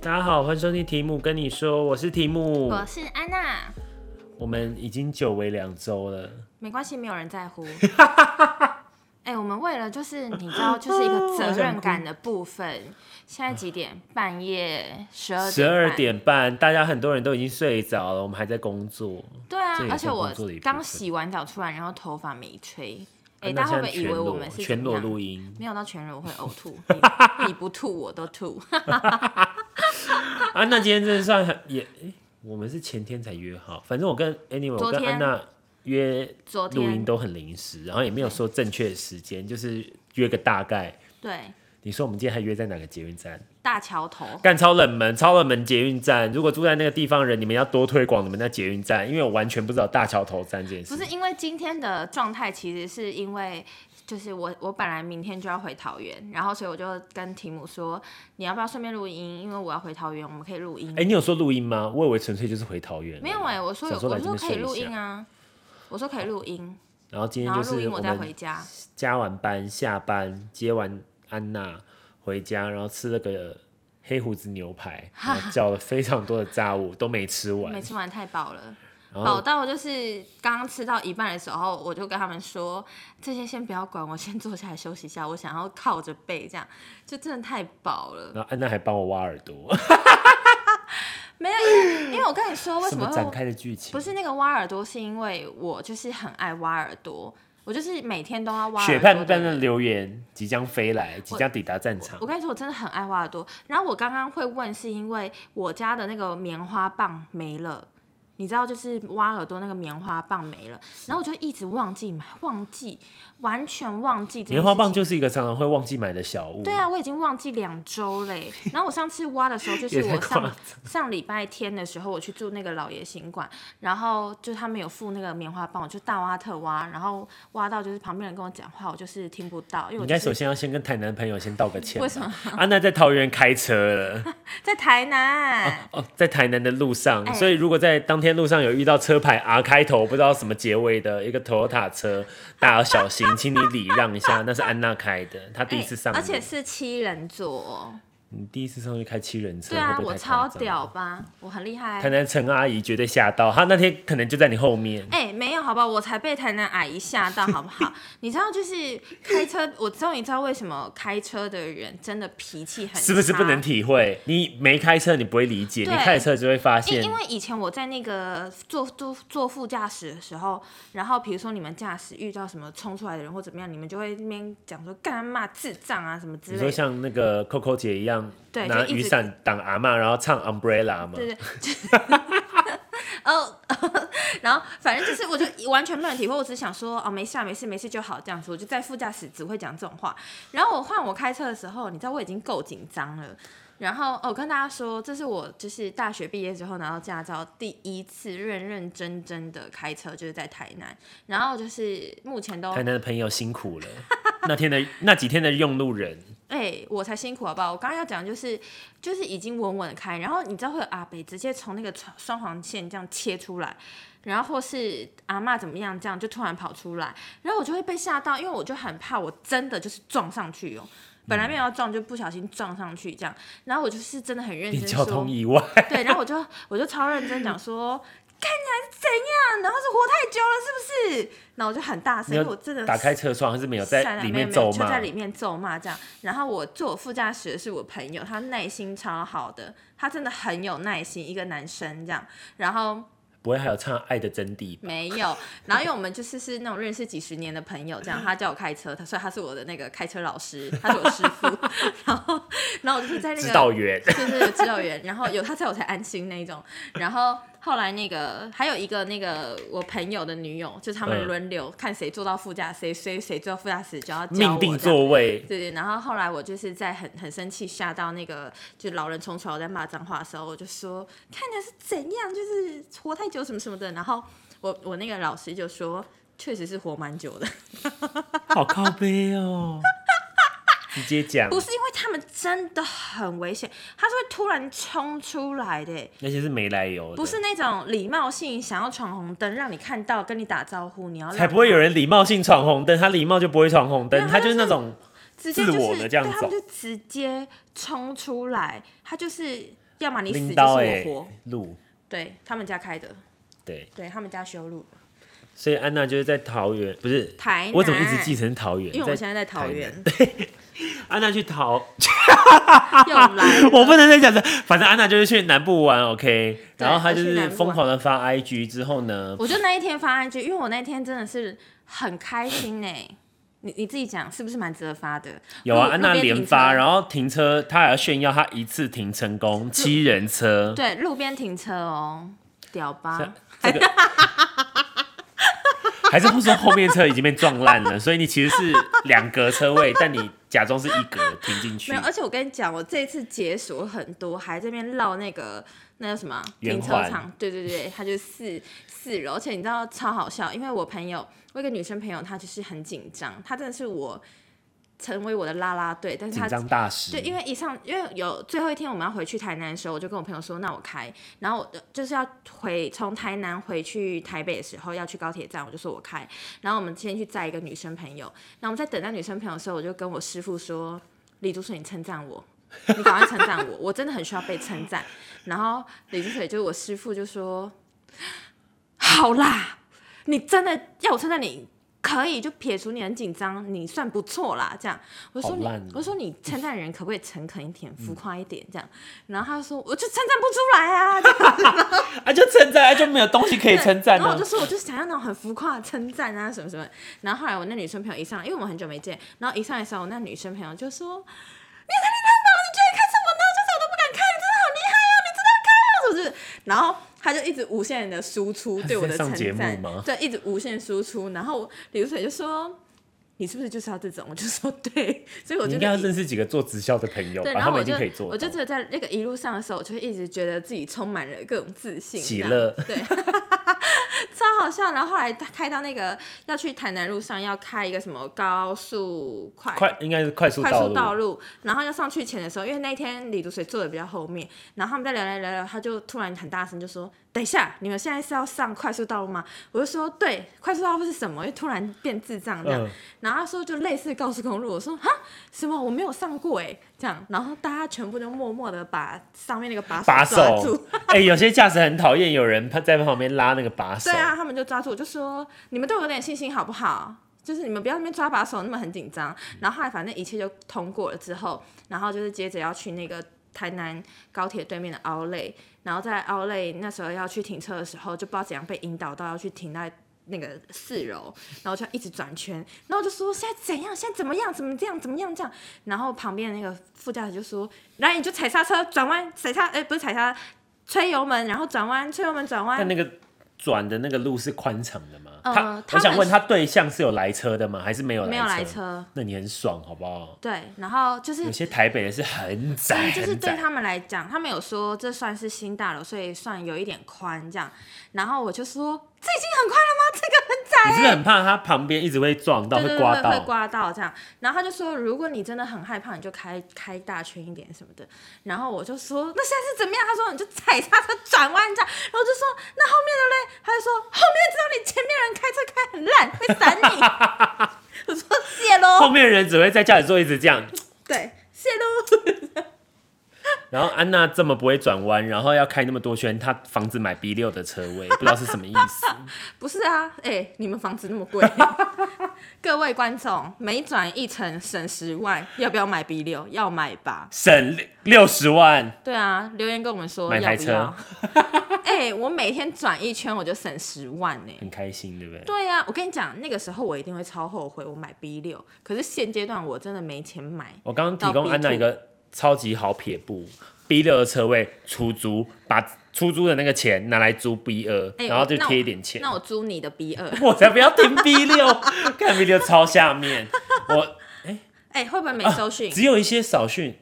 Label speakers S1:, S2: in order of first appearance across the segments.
S1: 大家好，欢迎收听题目跟你说，我是题目。
S2: 我是安娜，
S1: 我们已经久违两周了，
S2: 没关系，没有人在 乎。哎、我们为了就是你知道，就是一个责任感的部分。现在几点？半夜十二
S1: 十二。点半，大家很多人都已经睡着了，我们还在工作。
S2: 对啊
S1: 这也，是
S2: 而且我
S1: 工作的一部分
S2: 刚洗完澡出来，然后头发没吹。哎、
S1: 啊那
S2: 大家会
S1: 现在全
S2: 不会以为我
S1: 裸
S2: 们是
S1: 全
S2: 怎么
S1: 裸
S2: 样
S1: 录音？
S2: 没有到全裸我会呕吐， 你你不吐我都吐。
S1: 安娜啊今天真的算很也，诶我们是前天才约好，反正我跟 anyway 我
S2: 昨
S1: 跟
S2: 天
S1: 安娜约
S2: 昨
S1: 录音
S2: 天
S1: 都很临时，然后也没有说正确的时间，就是约个大概。
S2: 对
S1: 你说我们今天还约在哪个捷运站？
S2: 大桥头，
S1: 干超冷门，超冷门捷运站。如果住在那个地方的人，你们要多推广你们那捷运站，因为我完全不知道大桥头站这件事。
S2: 不是因为今天的状态，其实是因为就是我我本来明天就要回桃园，然后所以我就跟提姆说，你要不要顺便录音？因为我要回桃园，我们可以录音。
S1: 哎、你有说录音吗？我以为纯粹就是回桃园。
S2: 没有哎、我说有，
S1: 想说来
S2: 我
S1: 这
S2: 说
S1: 边
S2: 可以
S1: 睡
S2: 录
S1: 一
S2: 音
S1: 下。
S2: 啊，我说可以录音，
S1: 然后今天
S2: 然后
S1: 就
S2: 录
S1: 是
S2: 音
S1: 我
S2: 再回
S1: 们
S2: 家。
S1: 加完班、下班、接完安娜回家，然后吃了个黑胡子牛排，然后叫了非常多的炸物，都没吃完
S2: 没。吃完太饱了。
S1: 然
S2: 饱
S1: 后
S2: 到就是刚刚吃到一半的时候，我就跟他们说，这些先不要管，我先坐下来休息一下，我想要靠着背，这样就真的太饱了。
S1: 然后安娜还帮我挖耳朵，
S2: 没有，因为因为我跟你说，为
S1: 什
S2: 什么
S1: 么
S2: 会
S1: 展开的剧情？
S2: 不是那个挖耳朵，是因为我就是很爱挖耳朵，我就是每天都要挖
S1: 雪
S2: 耳朵
S1: 盼般
S2: 的
S1: 的
S2: 人。
S1: 留言即将飞来，即将抵达战场
S2: 我。跟你说，我真的很爱挖耳朵。然后我刚刚会问，是因为我家的那个棉花棒没了，你知道，就是挖耳朵那个棉花棒没了，然后我就一直忘记买，忘记，完全忘记这件
S1: 棉花棒
S2: 事情。
S1: 就是一个常常会忘记买的小物。
S2: 对啊，我已经忘记两周嘞。然后我上次挖的 时候，就
S1: 也
S2: 是
S1: 太
S2: 我
S1: 夸
S2: 上上礼拜天的时候，我去住那个老爷行馆，然后就他们有附那个棉花棒，我就大挖特挖，然后挖到就是旁边人跟我讲话，我就是听不到，因为
S1: 你
S2: 我
S1: 应
S2: 就
S1: 该首
S2: 是
S1: 先要先跟台南朋友先道个歉吧。
S2: 为什么
S1: 安娜在桃园开车 了，
S2: 在台南。
S1: 哦，在台南的路上，
S2: 哎
S1: 所以如果在当天路上有遇到车牌 R 开头不知道什么结尾的一个 Toyota 车，大家小心，请你礼让一下，那是安娜开的，她第一次上路，
S2: 哎而且是七人座哦，
S1: 你第一次上去开七人车，
S2: 对啊
S1: 会，不
S2: 我
S1: 会太夸
S2: 超
S1: 张
S2: 屌！吧，我很厉害
S1: 台。南陈阿姨绝对吓到，她那天可能就在你后面。
S2: 哎、没有，好不好？我才被台南阿姨吓到，好不好？ 你知道，就是开车，我终于知道为什么开车的人真的脾气很差，
S1: 是不是不能体会？你没开车，你不会理解；你
S2: 对
S1: 开车就会发
S2: 因
S1: 现
S2: 因。为以前我在那个坐坐坐副驾驶的时候，然后比如说你们驾驶遇到什么冲出来的人或怎么样，你们就会那边讲说干嘛智障啊什么之
S1: 你说
S2: 类的。
S1: 像那个 Coco 姐一样，
S2: 对
S1: 拿
S2: 就一直
S1: 雨伞挡阿嬷，然后唱 Umbrella 嘛，
S2: 对对，哦， 然后反正就是，我就完全不能体会，我只是想说，哦，没事啊，没事，没事就好，这样子，我就在副驾驶只会讲这种话。然后我换我开车的时候，你知道我已经够紧张了。然后、哦、我跟大家说，这是我就是大学毕业之后拿到驾照第一次认认真真的开车，就是在台南。然后就是目前都
S1: 台南的朋友辛苦了。那天的那几天的用路人，
S2: 哎、我才辛苦好不好？我刚刚要讲的就是，就是已经稳稳地开，然后你知道会有阿北直接从那个双双黄线这样切出来，然后或是阿嬷怎么样这样就突然跑出来，然后我就会被吓到，因为我就很怕我真的就是撞上去哦、本
S1: 嗯
S2: 来没有要撞，就不小心撞上去这样，然后我就是真的很认
S1: 你
S2: 真
S1: 交
S2: 说，
S1: 通意外，
S2: 对，然后我就我就超认真讲说，看起来是怎样，然后是活太久了是不是？然后我就很大声，
S1: 你
S2: 因
S1: 要
S2: 为我真的
S1: 打开车窗还是没有
S2: 算
S1: 在
S2: 了
S1: 里
S2: 没有
S1: 面
S2: 没有
S1: 咒
S2: 就
S1: 骂
S2: 在？里面咒骂这样。然后我坐我副驾驶的是我朋友，他耐心超好的，他真的很有耐心，一个男生这样。然后
S1: 不会还有唱《爱的真谛》吧？
S2: 没有，然后因为我们就是是那种认识几十年的朋友，这样他叫我开车，他所以他是我的那个开车老师，他是我师傅。 然后然后我就是在那
S1: 指
S2: 个
S1: 导员，
S2: 就是有指导员，然后有他在我才安心那一种。然后后来那个还有一个那个我朋友的女友，就是他
S1: 嗯
S2: 们轮流、看谁坐到副驾，谁谁谁坐到副驾驶就要教
S1: 命
S2: 我
S1: 定
S2: 这样。
S1: 座 位，
S2: 对对，然后后来我就是在很很生气，吓到那个就老人冲出来，我在骂脏话的时候，我就说看他是怎样，就是活太久什么什么的。然后我我那个老师就说，确实是活蛮久的，
S1: 好靠背哦。直接讲，
S2: 不是因为他们真的很危险，他是会突然冲出来的欸。
S1: 那些是没来由的，
S2: 不是那种礼貌性想要闯红灯，让你看到跟你打招呼，你要让
S1: 才不会有人礼貌性闯红灯，他礼貌就不会闯红灯，
S2: 没有
S1: 他就
S2: 他就是
S1: 是那种
S2: 直接就
S1: 自我
S2: 是
S1: 的这样哦
S2: 对，他
S1: 走
S2: 们就直接冲出来，他就是要么你死
S1: 拎
S2: 就是
S1: 刀
S2: 我
S1: 哎
S2: 活。
S1: 路，
S2: 对他们家开的，
S1: 对，
S2: 对他们家修路，
S1: 所以安娜就是在桃园，不是
S2: 台南。
S1: 我怎么一直记成桃园？
S2: 因为我现在在桃
S1: 台
S2: 园，
S1: 安娜去桃，
S2: 又来了
S1: 我不能再讲了。反正安娜就是去南部玩，OK。
S2: 对
S1: 然后她就
S2: 我去
S1: 是
S2: 南部玩
S1: 疯狂的发 IG 之后呢，
S2: 我就那一天发 IG，因为我那天真的是很开心哎、你你自己讲是不是蛮值得发的？
S1: 有啊，
S2: 路
S1: 安娜连发，
S2: 路边停车
S1: 然后停车，她还要炫耀她一次停成功，七人车。
S2: 对路边停车哦，屌吧？
S1: 这个 还是不是后面车已经被撞烂了，所以你其实是两格车位，但你假装是一格停进去
S2: 没有，。而且我跟你讲，我这次解锁很多，还这边绕那个那叫什么啊
S1: 圆
S2: 停
S1: 环
S2: 车场，对对对，它就是四四楼，而且你知道超好笑，因为我朋友，我有一个女生朋友，她就是很紧张，她真的是我成为我的啦啦队，但是
S1: 紧
S2: 她
S1: 张大师
S2: 对，，因为一上，因为有最后一天我们要回去台南的时候，我就跟我朋友说，那我开。然后我的就是要回从台南回去台北的时候，要去高铁站，我就说我开。然后我们先去载一个女生朋友。然后我们在等待女生朋友的时候，我就跟我师傅说：“李竹水，你称赞我，你赶快称赞我，我真的很需要被称赞。”然后李竹水就是我师傅就说：“好啦，你真的要我称赞你。”可以，就撇除你很紧张，你算不错啦。这样，我说
S1: 好
S2: 你
S1: 烂哦，嗯
S2: 我说你称赞人可不可以诚恳一点、浮夸一点这样？然后他就说，我就称赞不出来啊。这样
S1: 啊就称赞，啊就没有东西可以称赞啊
S2: 然后 我
S1: 呢
S2: 就。说，我就想要那种很浮夸的称赞啊，什么什么。然后后来我那女生朋友一上来，因为我们很久没见，然后一上来的时候，我那女生朋友就说：“你看你看到，你居然开什么呢？就是我都不敢开，你真的好厉害哦，你真的开啊，是不是？”然后他就一直无限的输出对我的
S1: 在上节
S2: 称
S1: 目
S2: 赞
S1: 吗，
S2: 对，一直无限输出。然后李如水就说。你是不是就是要这种？我就说对， 所以我
S1: 你
S2: 就
S1: 应该要认识几个做直销的朋友吧
S2: 对，，
S1: 把
S2: 然
S1: 他
S2: 后
S1: 们
S2: 我
S1: 一
S2: 就
S1: 定可以做
S2: 我就
S1: 到。
S2: 只有在那个一路上的时候，我就会一直觉得自己充满了各种自信，
S1: 喜
S2: 这样
S1: 乐
S2: 对，超好笑。然后后来开到那个要去台南路上，要开一个什么高速快
S1: 快应该是快速
S2: 快
S1: 道
S2: 速
S1: 路，
S2: 道路，然后要上去前的时候，因为那一天李如水坐的比较后面，然后他们在聊聊聊聊，他就突然很大声就说：“等一下，你们现在是要上快速道路吗？”我就说：“对，快速道路是什么？”因为突然变智障这样，
S1: 嗯
S2: 然后他说就类似高速公路，我说：“哈，什么？我没有上过哎。”这样，然后大家全部就默默的把上面那个把
S1: 把
S2: 手抓住
S1: 手。。 哎，有些驾驶很讨厌，有人他在旁边拉那个把手
S2: 对。啊，他们就抓住我，就说你们对我有点信心好不好？就是你们不要那边抓把手，那么很紧张。然后后来反正一切就通过了之后，然后就是接着要去那个台南高铁对面的凹类，然后在凹类那时候要去停车的时候，就不知道怎样被引导到要去停在。那个四楼，然后就一直转圈，然后我就说现在怎样，现在怎么样，怎么这样，怎么样这样，然后旁边的那个副驾驶就说，来你就踩刹车，转弯，踩刹，哎、不是踩刹，吹油门，然后转弯，吹油门转弯
S1: 但，那个转的那个路是宽敞的吗？
S2: 呃
S1: 他
S2: 他
S1: 我
S2: 们
S1: 想问
S2: 是
S1: 他对象是有来车的吗？还是没有
S2: 没有来？车，
S1: 那你很爽好不好？
S2: 对，然后就是
S1: 有，些台北的是很
S2: 所
S1: 窄，
S2: 以就是
S1: 很
S2: 对
S1: 窄。
S2: 他们来讲，他们有说这算是新大楼，所以算有一点宽这样。然后我就说这已经很宽了吗？这个很窄
S1: 你是不是很怕它旁边一直会撞到，
S2: 对对对，
S1: 刮
S2: 会
S1: 到？
S2: 刮到这样。然后他就说，如果你真的很害怕，你就开开大圈一点什么的。然后我就说，那现在是怎么样？他说你就踩刹车转弯这样。然后我就说，那后面的嘞？他就说后面知道你前面人开车开很烂，会闪你。 我说谢
S1: 后
S2: 喽，
S1: 面的人只会在驾驶座一直这样。
S2: 对，谢喽。
S1: 然后安娜这么不会转弯，然后要开那么多圈，她房子买 B 六的车位，不知道是什么意思。
S2: 不是啊，哎、你们房子那么贵， 各位观众，每转一层省十万，要不要买 B 六？要买吧。
S1: 省六十万，
S2: 对啊，留言跟我们说
S1: 买
S2: 要
S1: 台
S2: 不
S1: 车
S2: 要。 哎、我每天转一圈我就省十万呢、
S1: 很开心，对不对？
S2: 对啊，我跟你讲，那个时候我一定会超后悔我买 B 六，可是现阶段我真的没钱买。
S1: 我刚刚提供安娜一个超级好撇步，B 六的车位出租，把出租的那个钱拿来租 B 二、
S2: 哎、
S1: 然后
S2: 我
S1: 就
S2: 那我
S1: 贴一点钱。
S2: 那我租你的 B 二，
S1: 我才不要听 B 六， 看 B 六超下面，我
S2: 哎、会不会没
S1: 哦
S2: 收讯？
S1: 只有一些少讯，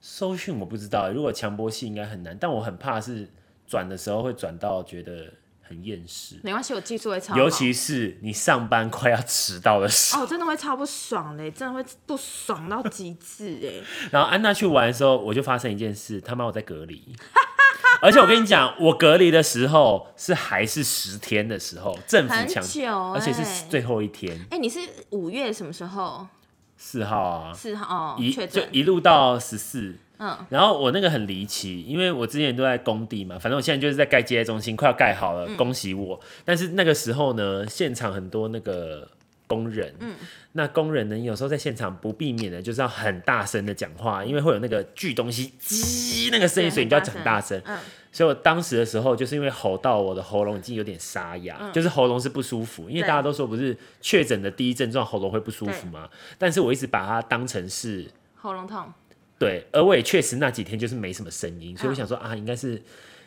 S1: 收讯我不知道，如果强迫性应该很难，但我很怕是转的时候会转到觉得很厌世，
S2: 没关系，我技术会超好。
S1: 尤其是你上班快要迟到的时候。
S2: 哦，真的会超不爽的，真的会不爽到极致哎。
S1: 然后安娜去玩的时候，我就发生一件事，他妈我在隔离。 而且我跟你讲，我隔离的时候是还是十天的时候，政府
S2: 很
S1: 强，
S2: 久欸
S1: 而且是最后一天，
S2: 哎、你是五月什么时候？
S1: 四号啊，
S2: 是哦，
S1: 一
S2: 确
S1: 就
S2: 诊，
S1: 一路到十四。
S2: 嗯，
S1: 然后我那个很离奇，因为我之前都在工地嘛，反正我现在就是在盖接待中心，快要盖好了，恭喜我。但是那个时候呢，现场很多那个工人，那工人呢，有时候在现场不避免的就是要很大声的讲话，因为会有那个锯东西叽那个声音，
S2: 对
S1: 所以你就要讲大声。
S2: 嗯，
S1: 所以我当时的时候，就是因为吼到我的喉咙已经有点沙哑，就是喉咙是不舒服，因为
S2: 对
S1: 大家都说不是确诊的第一症状喉咙会不舒服嘛，但是我一直把它当成是
S2: 喉咙痛，
S1: 对，而我也确实那几天就是没什么声音，所以我想说啊，应该是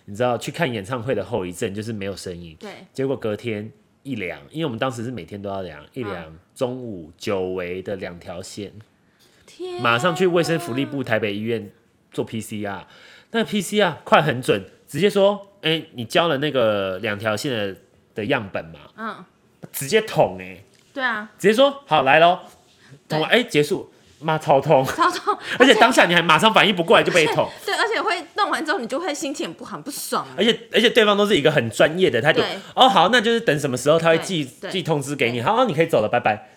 S1: 你知道去看演唱会的后遗症，就是没有声音。
S2: 对，
S1: 结果隔天一量，因为我们当时是每天都要量一量，中午久违的两条线，
S2: 天，啊
S1: 马上去卫生福利部台北医院做 PCR，那 PCR 快很准，直接说，哎、你交了那个两条线的的样本嘛，
S2: 嗯，
S1: 直接捅哎、
S2: 对啊，
S1: 直接说好来喽，捅
S2: 对
S1: 完哎、结束，妈超痛，
S2: 超痛，
S1: 而且当下你还马上反应不过来就被捅。
S2: 对，而且会弄完之后你就会心情很不好很不爽，
S1: 而且而且对方都是一个很专业的，他就
S2: 对
S1: 哦好，那就是等什么时候他会
S2: 对
S1: 寄
S2: 对
S1: 寄通知给你，好、你可以走了，拜拜。嗯，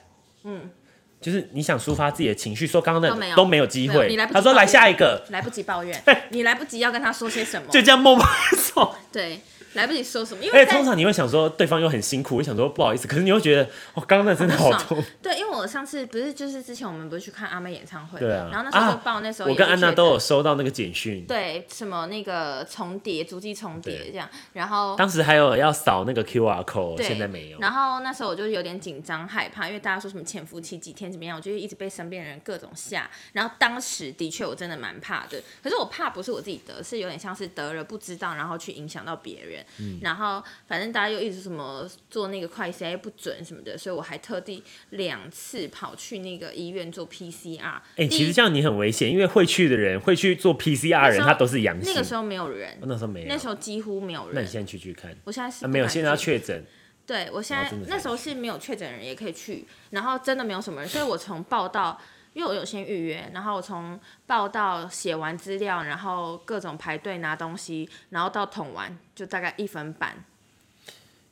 S1: 就是你想抒发自己的情绪，说刚刚
S2: 都没
S1: 那
S2: 有
S1: 都没有机
S2: 没
S1: 会
S2: 有你来，不及
S1: 他说
S2: 抱
S1: 来
S2: 怨
S1: 下一个，
S2: 来不及 抱怨，你来不及要跟他说些什么，
S1: 就这样默默地 走。
S2: 对，来不及说什么，因
S1: 而且
S2: 为在
S1: 通常你会想说对方又很辛苦，我想说不好意思，可是你又觉得哦刚刚那真的好
S2: 不
S1: 痛
S2: 爽。。对，因为我上次不是就是之前我们不是去看阿妹演唱会，
S1: 对啊，
S2: 然后那时候就
S1: 啊
S2: 报那时候、
S1: 我跟安娜都有收到那个简讯，
S2: 对什么那个重叠足迹重叠
S1: 对
S2: 这样，然后
S1: 当时还有要扫那个 QR code，
S2: 对，
S1: 现在没有。
S2: 然后那时候我就有点紧张害怕，因为大家说什么潜伏期几天怎么样，我就一直被身边人各种吓。然后当时的确我真的蛮怕的，可是我怕不是我自己得，是有点像是得了不知道，然后去影响到别人。
S1: 嗯
S2: 然后反正大家又一直什么做那个快筛不准什么的，所以我还特地两次跑去那个医院做 PCR。
S1: 哎、
S2: 第
S1: 其
S2: 一
S1: 实这样你很危险，因为会去的人，会去做 PCR 的
S2: 那时
S1: 人，
S2: 候
S1: 他都是阳性。哦
S2: 那个时候没有人，
S1: 那时候没有
S2: 那，时候几乎没有
S1: 那你
S2: 人。
S1: 现在去去看。
S2: 我现在是
S1: 啊，
S2: 不
S1: 没有，
S2: 敢
S1: 现在要
S2: 进
S1: 确诊，
S2: 对，我现
S1: 然后
S2: 在
S1: 真的才
S2: 那时候是没有确诊的人也可以去，然后真的没有什么人，所以我从报到，因为我有先预约，然后我从报到写完资料，然后各种排队拿东西，然后到捅完就大概一分半，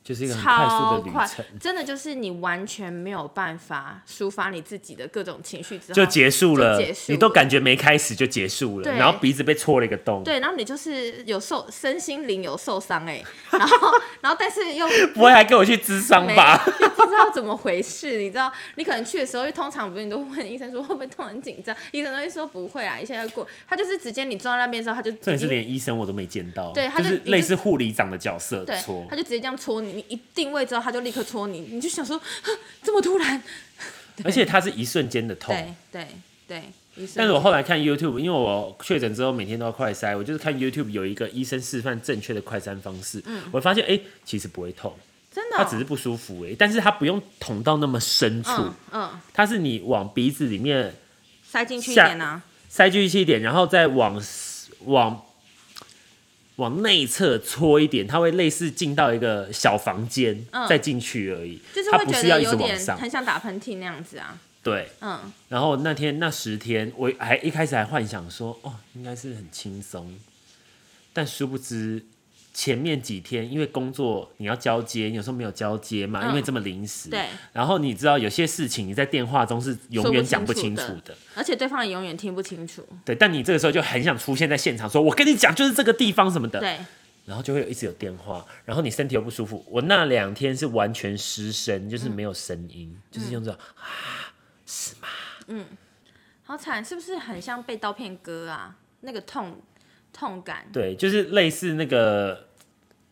S1: 就是一个很快速
S2: 超
S1: 的旅
S2: 快
S1: 程，，
S2: 真的就是你完全没有办法抒发你自己的各种情绪之后
S1: 就结束了，
S2: 就结束
S1: 你都感觉没开始就结束了，
S2: 对
S1: 然后鼻子被戳了一个洞，
S2: 对，然后你就是有受身心灵有受伤哎、然后然后但是又
S1: 不会还跟我去智商
S2: 没
S1: 吧？
S2: 又不知道怎么回事，你知道？你可能去的时候，因为通常不是你都会问医生说会不会痛很紧张，医生都会说不会啊，一下就过。他就是直接你坐在那边的时候，他就
S1: 重点是
S2: 已经
S1: 连医生我都没见到，
S2: 对他
S1: 就
S2: 就是你就
S1: 类似护理长的角色
S2: 对
S1: 戳，，
S2: 他就直接这样戳你，你一定位之后他就立刻戳你，你就想说啊这么突
S1: 哦
S2: 然，
S1: 而且它是一瞬间的痛
S2: 对。对对，医生。
S1: 但是我后来看 YouTube，因为我确诊之后每天都要快筛，我就是看 YouTube 有一个医生示范正确的快筛方式，我发现哎、诶其实不会痛，
S2: 真的嗯哦、
S1: 它只是不舒服哎、但是它不用捅到那么深处，
S2: 嗯嗯
S1: 它是你往鼻子里面
S2: 塞进去一
S1: 下
S2: 点啊，
S1: 塞进去一点，然后再往往往内侧搓一点，它会类似进到一个小房间、
S2: 嗯
S1: 再进去而已，
S2: 就是
S1: 它
S2: 会
S1: 不
S2: 觉
S1: 是要
S2: 得
S1: 一直
S2: 有
S1: 往
S2: 点
S1: 上。
S2: 很想打喷嚏那样子啊，
S1: 对，
S2: 嗯，
S1: 然后那天那十天，我还一开始还幻想说，哦，应该是很轻松，但殊不知。前面几天因为工作你要交接，你有时候没有交接嘛，
S2: 嗯
S1: 因为这么临时。
S2: 对。
S1: 然后你知道有些事情你在电话中是永远讲不清楚
S2: 说不清
S1: 的，
S2: 而且对方也永远听不清楚，
S1: 对。但你这个时候就很想出现在现场，说我跟你讲就是这个地方什么的。
S2: 对，
S1: 然后就会有一直有电话，然后你身体又不舒服。我那两天是完全失声，
S2: 嗯
S1: 就是没有声音，就是用这种。
S2: 好惨，是不是很像被刀片割啊？那个痛痛感，
S1: 对，就是类似那个《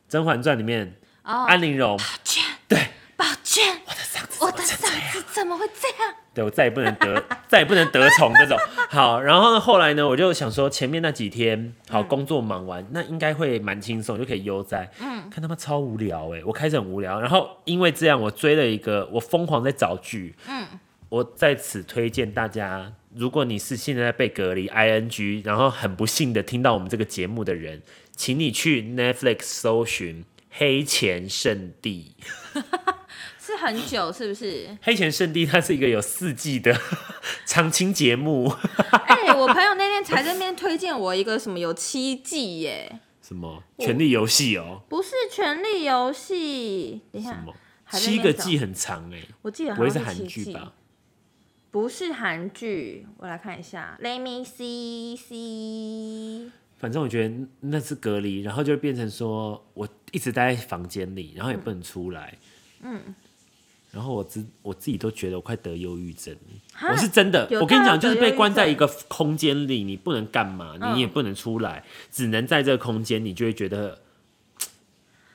S1: 甄嬛传》里面、
S2: 哦
S1: 安陵容，
S2: 宝娟，
S1: 对，
S2: 宝娟，
S1: 我的嗓子
S2: 我
S1: 怎
S2: 的
S1: 么成
S2: 嗓
S1: 这样？
S2: 子怎么会这样？
S1: 对我再也不能得，再也不能得宠这种。好，然后呢，后来呢，我就想说，前面那几天好工作忙完，那应该会蛮轻松，就可以悠哉。嗯，看他妈超无聊哎、我开始很无聊，然后因为这样，我追了一个，我疯狂在找剧。嗯，我在此推荐大家，如果你是现在被隔离 ing，然后很不幸的听到我们这个节目的人，请你去 Netflix 搜寻《黑钱圣地》。？
S2: 是很久是不是
S1: 黑钱圣地它是一个有四季的 常青节目。
S2: 哎、我朋友那天才在那边推荐我一个什么有七季耶，
S1: 什么《权力游戏》哦？
S2: 不是《权力游戏》。等一
S1: 什
S2: 下
S1: 么，
S2: 还在那
S1: 七
S2: 边
S1: 个
S2: 找
S1: 季很长哎、
S2: 我记得
S1: 不
S2: 好
S1: 会是
S2: 像
S1: 韩
S2: 七
S1: 剧
S2: 季。
S1: 吧？
S2: 不是韩剧，我来看一下，Let me see see。
S1: 反正我觉得那次隔离，然后就变成说我一直待在房间里，然后也不能出来。嗯。然后我自我自己都觉得我快得忧郁症，
S2: 哈
S1: 我是真的。
S2: 啊有
S1: 我跟你
S2: 到
S1: 讲，就是
S2: 得忧郁
S1: 被关在
S2: 症
S1: 一个空间里，你不能干嘛，
S2: 嗯
S1: 你也不能出来，只能在这个空间，你就会觉得，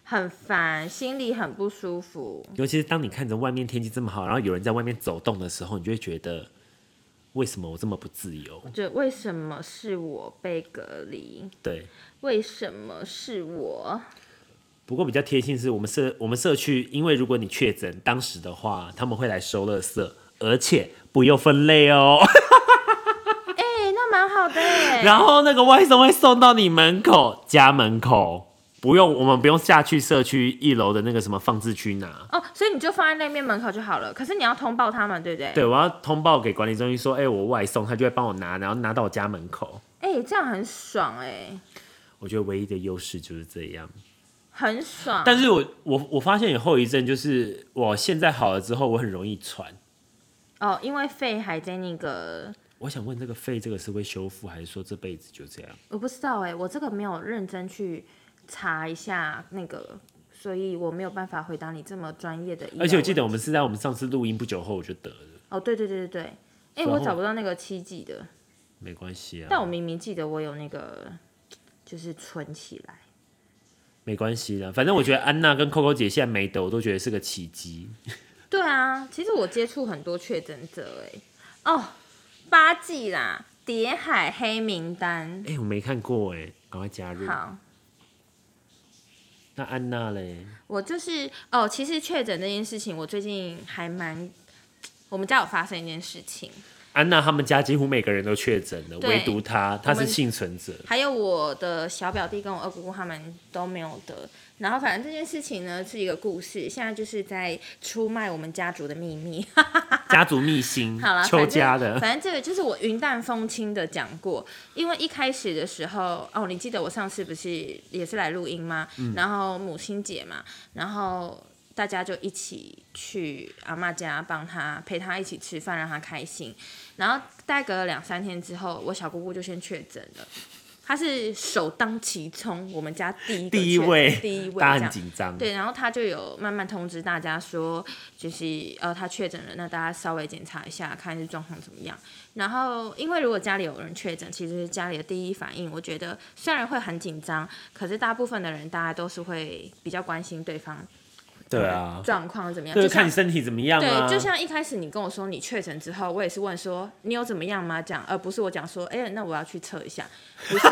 S2: 很烦，心里很不舒服。
S1: 尤其是当你看着外面天气这么好，然后有人在外面走动的时候，你就会觉得，为什么我这么不自由？
S2: 就为什么是我被隔离？
S1: 对。
S2: 为什么是我？
S1: 不过比较贴心是我们社我们社区，因为如果你确诊当时的话，他们会来收垃圾，而且不用分类哦。
S2: 哎、那蛮好的 耶。
S1: 然后那个外送会送到你门口家门口，不用我们不用下去社区一楼的那个什么放置区拿。
S2: 哦，所以你就放在那面门口就好了。可是你要通报他们，对不对？
S1: 对，。我要通报给管理中心说，哎、我外送，他就会帮我拿，然后拿到我家门 口。
S2: 哎、这样很爽哎、
S1: 我觉得唯一的优势就是这样。
S2: 很爽。
S1: 但是我我我发现有后遗症，就是我现在好了之后，我很容易喘。
S2: 哦，因为肺还在那个，
S1: 我想问，这个肺这个是会修复，还是说这辈子就这样？
S2: 我不知道哎、我这个没有认真去查一下那个，所以我没有办法回答你这么专业的医疗问题。
S1: 而且我记得我们是在我们上次录音不久后我就得了，
S2: 哦，对对对对对，哎、
S1: 然后
S2: 我找不到那个七季的，
S1: 没关系
S2: 但
S1: 啊，
S2: 我明明记得我有那个，就是存起来。
S1: 没关系的。反正我觉得安娜跟 Coco 姐现在没得，我都觉得是个奇迹。
S2: 对啊，其实我接触很多确诊者哎、哦，八季啦，蝶海黑名单，
S1: 哎、我没看过哎、赶快加入。
S2: 好。
S1: 那安娜嘞？
S2: 我就是哦，其实确诊这件事情，我最近还蛮，我们家有发生一件事情，
S1: 安娜他们家几乎每个人都确诊了，
S2: 对
S1: 唯独她，她
S2: 我
S1: 是
S2: 们
S1: 幸存者。
S2: 还有我的小表弟跟我二姑姑他们都没有得。然后反正这件事情呢是一个故事，现在就是在出卖我们家族的秘密。
S1: 家族秘辛
S2: 好啦，，
S1: 邱
S2: 反
S1: 家
S2: 正
S1: 的。
S2: 反正这个就是我云淡风轻的讲过，因为一开始的时候，哦，你记得我上次不是也是来录音吗？
S1: 嗯
S2: 然后母亲节嘛，然后大家就一起去阿嬷家帮她陪她一起吃饭，让她开心。然后大概隔了两三天之后，我小姑姑就先确诊了。她是首当其冲，我们家第一个
S1: 第一
S2: 确诊
S1: 位，
S2: 第一位，
S1: 大家
S2: 这样
S1: 很紧张。
S2: 对，然后他就有慢慢通知大家说，就是呃他确诊了，那大家稍微检查一下，看是状况怎么样。然后因为如果家里有人确诊，其实家里的第一反应，我觉得虽然会很紧张，可是大部分的人大家都是会比较关心对方
S1: 对啊，
S2: 状况怎么样，
S1: 对，
S2: 就
S1: 看
S2: 像
S1: 你。身体怎么样啊。
S2: 对，就像一开始你跟我说你确诊之后，我也是问说你有怎么样吗？讲，而不是我讲说，哎、那我要去测一下，不是，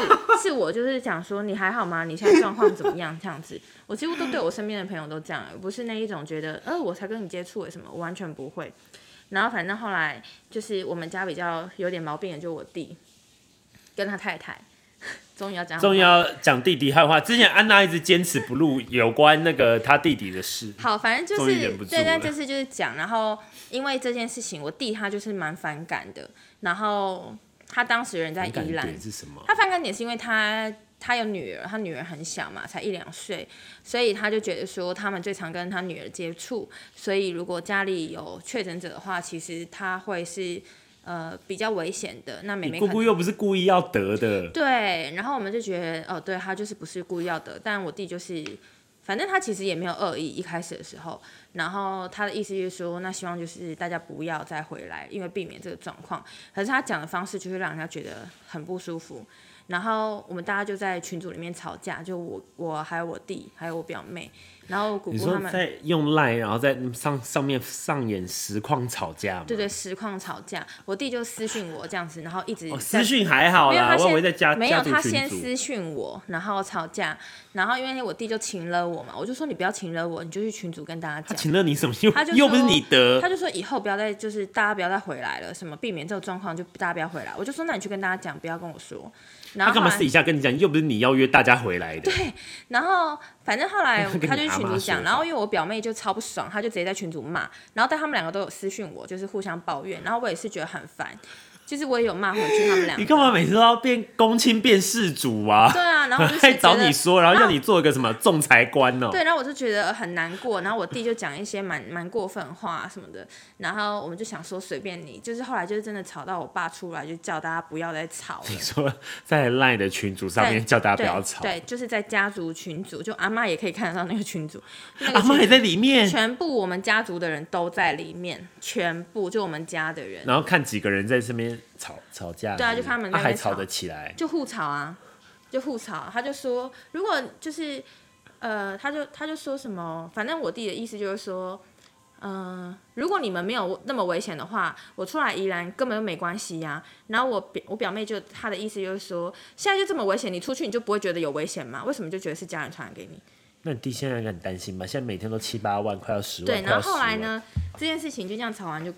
S2: 是我就是讲说你还好吗？你现在状况怎么样？这样子，我几乎都对我身边的朋友都这样，不是那一种觉得，呃，我才跟你接触，为什么？我完全不会。然后反正后来就是我们家比较有点毛病的，就我弟跟他太太， 终于要讲好话，
S1: 重要讲弟弟坏话，之前安娜一直坚持不录有关那个她弟弟的事。
S2: 好，反正就
S1: 终
S2: 是
S1: 于忍不住
S2: 对，
S1: 了
S2: 但这次就是讲，然后因为这件事情，我弟他就是蛮反感的，然后他当时人在
S1: 敏感
S2: 宜兰，
S1: 点是什么？
S2: 他反感点是因为他他有女儿，他女儿很小嘛，才一两岁，所以他就觉得说他们最常跟他女儿接触，所以如果家里有确诊者的话，其实他会是呃比较危险的。那妹妹
S1: 你
S2: 可
S1: 姑
S2: 能
S1: 姑又不是故意要得的。
S2: 对，然后我们就觉得，哦，对他就是不是故意要的，但我弟就是，反正他其实也没有恶意，一开始的时候，然后他的意思就是说，那希望就是大家不要再回来，因为避免这个状况。可是他讲的方式就会让人家觉得很不舒服。然后我们大家就在群组里面吵架，就我我还有我弟还有我表妹，然后姑
S1: 你
S2: 姑他
S1: 说
S2: 们
S1: 在用赖，然后在上上面上演实况吵架吗？
S2: 对对实况吵架，我弟就私讯我这样子，然后一直
S1: 哦，
S2: 在
S1: 私讯还好
S2: 没有，
S1: 啦，
S2: 他
S1: 我以为
S2: 先
S1: 在家
S2: 没有，
S1: 家族
S2: 他
S1: 群
S2: 先
S1: 组
S2: 私讯我，然后吵架，然后因为我弟就请了我嘛，我就说你不要请了我，你就去群主跟大家
S1: 他
S2: 讲。
S1: 请了你什么又
S2: 他就
S1: 又不是
S2: 说
S1: 你得
S2: 他，就说以后不要再就是大家不要再回来了，什么避免这种状况就大家不要回来。我就说那你去跟大家讲，不要跟我说。然
S1: 他
S2: 后
S1: 干嘛
S2: 后来
S1: 私底下跟你讲？又不是你要约大家回来的，
S2: 然后反正后来
S1: 跟你
S2: 他就去
S1: 阿
S2: 群
S1: 妈
S2: 主
S1: 说
S2: 讲，
S1: 吧
S2: 然后因为我表妹就超不爽，她就直接在群主骂，然后但他们两个都有私讯我，就是互相抱怨，然后我也是觉得很烦，就是我也有骂回去他们两个。
S1: 你干嘛每次都要变公亲变世主啊？
S2: 对啊，啊，然 后我就
S1: 还
S2: 是
S1: 找
S2: 觉得
S1: 你说，然后要你做一个什么仲裁官哦、
S2: 对，然后我就觉得很难过，然后我弟就讲一些蛮蛮过分的话什么的，然后我们就想说随便你，就是后来就是真的吵到我爸出来，就叫大家不要再吵了
S1: 你。说 在 LINE 的群组上面
S2: 在
S1: 叫大家不
S2: 对
S1: 要吵，
S2: 对，就是在家族群组，就阿妈也可以看得到那个 群组，就那个
S1: 阿妈
S2: 群
S1: 也
S2: 组
S1: 在里面，
S2: 全部我们家族的人都在里面，全部就我们家的人
S1: 然后看几个人在这边吵吵架，
S2: 对啊
S1: 是不是
S2: 就看他们
S1: 啊
S2: 在那
S1: 还
S2: 边
S1: 吵
S2: 吵
S1: 得起来，
S2: 就互吵啊，就互吵。他就说，如果就是呃，他就他就说什么，反正我弟的意思就是说，嗯、如果你们没有那么危险的话，我出来宜兰根本就没关系呀、然后我表我表妹就她的意思就是说，现在就这么危险，你出去你就不会觉得有危险吗？为什么就觉得是家人传染给你？
S1: 那你弟现在应该很担心吧？现在每天都七八万，快要十万，
S2: 对，
S1: 快要
S2: 然后后来
S1: 10万？
S2: 呢，这件事情就这样吵完就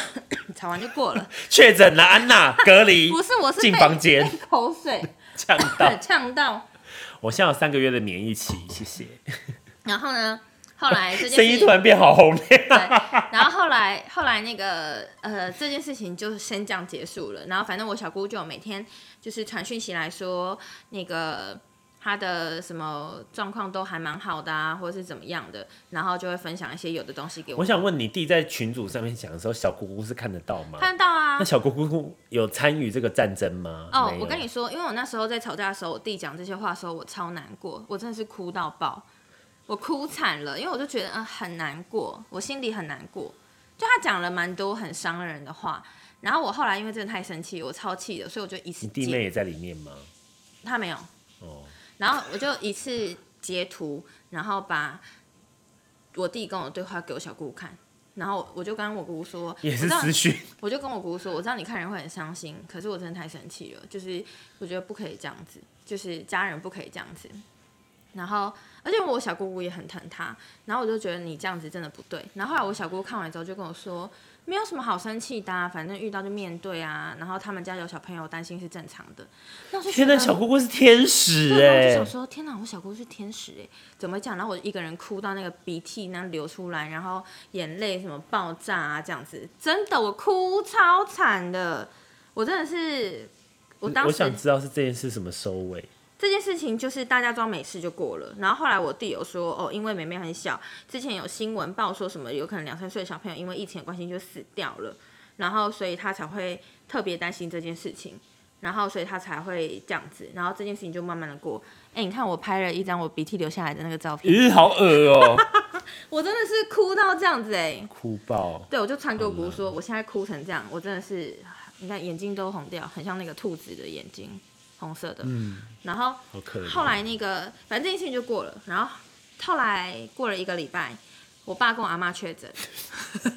S2: 吵完就过了。
S1: 确诊了，安娜隔离，
S2: 不是，我是
S1: 进
S2: 被
S1: 房 间
S2: 被口水
S1: 呛 到。
S2: 呛到。
S1: 我现在有三个月的免疫期，谢谢。
S2: 然后呢，后来这件事
S1: 声音
S2: 情
S1: 突然变好洪亮，
S2: 对， 然后后来后来那个呃这件事情就先这样结束了。然后反正我小姑就有每天就是传讯息来说，那个她的什么状况都还蛮好的啊，或者是怎么样的，然后就会分享一些有的东西给我。
S1: 我想问你弟在群组上面讲的时候，小姑姑是看得到吗？
S2: 看得到啊
S1: 那，小姑姑有参与这个战争吗？
S2: 哦
S1: 没，有
S2: 我跟你说，因为我那时候在吵架的时候，我弟讲这些话的时候，我超难过，我真的是哭到爆，我哭惨了，因为我就觉得嗯、呃很难过，我心里很难过。就他讲了蛮多很伤人的话，然后我后来因为真的太生气，我超气的，所以我就一次
S1: 你弟
S2: 截
S1: 妹也在里面吗？
S2: 他没有，
S1: 哦，
S2: 然后我就一次截图，然后把我弟跟我对话给我小姑姑看，然后我就跟我姑姑说，
S1: 也
S2: 我
S1: 是
S2: 知道
S1: 私讯，
S2: 我就跟我姑姑说，我知道你看人会很伤心，可是我真的太生气了，就是我觉得不可以这样子，就是家人不可以这样子。然后，而且我小姑姑也很疼她，然后我就觉得你这样子真的不对。然后后来我小姑姑看完之后就跟我说，没有什么好生气的、啊，反正遇到就面对啊。然后他们家有小朋友，担心是正常的。那我就觉
S1: 天
S2: 得
S1: 哪，小姑姑是天使
S2: 嗯对，然后啊我就
S1: 哎
S2: 想！说，天哪，我小姑是天使哎，怎么讲？然后我一个人哭到那个鼻涕那样流出来，然后眼泪什么爆炸啊，这样子，真的我哭超惨的，我真的是，我当
S1: 我
S2: 时
S1: 想知道是这件事什么收尾。
S2: 这件事情就是大家装没事就过了。然后后来我弟有说，哦，因为妹妹很小，之前有新闻报说什么有可能两三岁的小朋友因为疫情的关系就死掉了，然后所以他才会特别担心这件事情，然后所以他才会这样子，然后这件事情就慢慢的过。哎，你看我拍了一张我鼻涕流下来的那个照片，
S1: 咦，好恶哦、
S2: 我真的是哭到这样子哎、
S1: 哭爆！
S2: 对，我就传给我姑说，我现在哭成这样，我真的是，你看眼睛都红掉，很像那个兔子的眼睛，红色的。嗯。然后
S1: 好可怜哦
S2: 后来那个，反正这件事情就过了。然后后来过了一个礼拜，我爸跟我阿妈 确诊。
S1: 你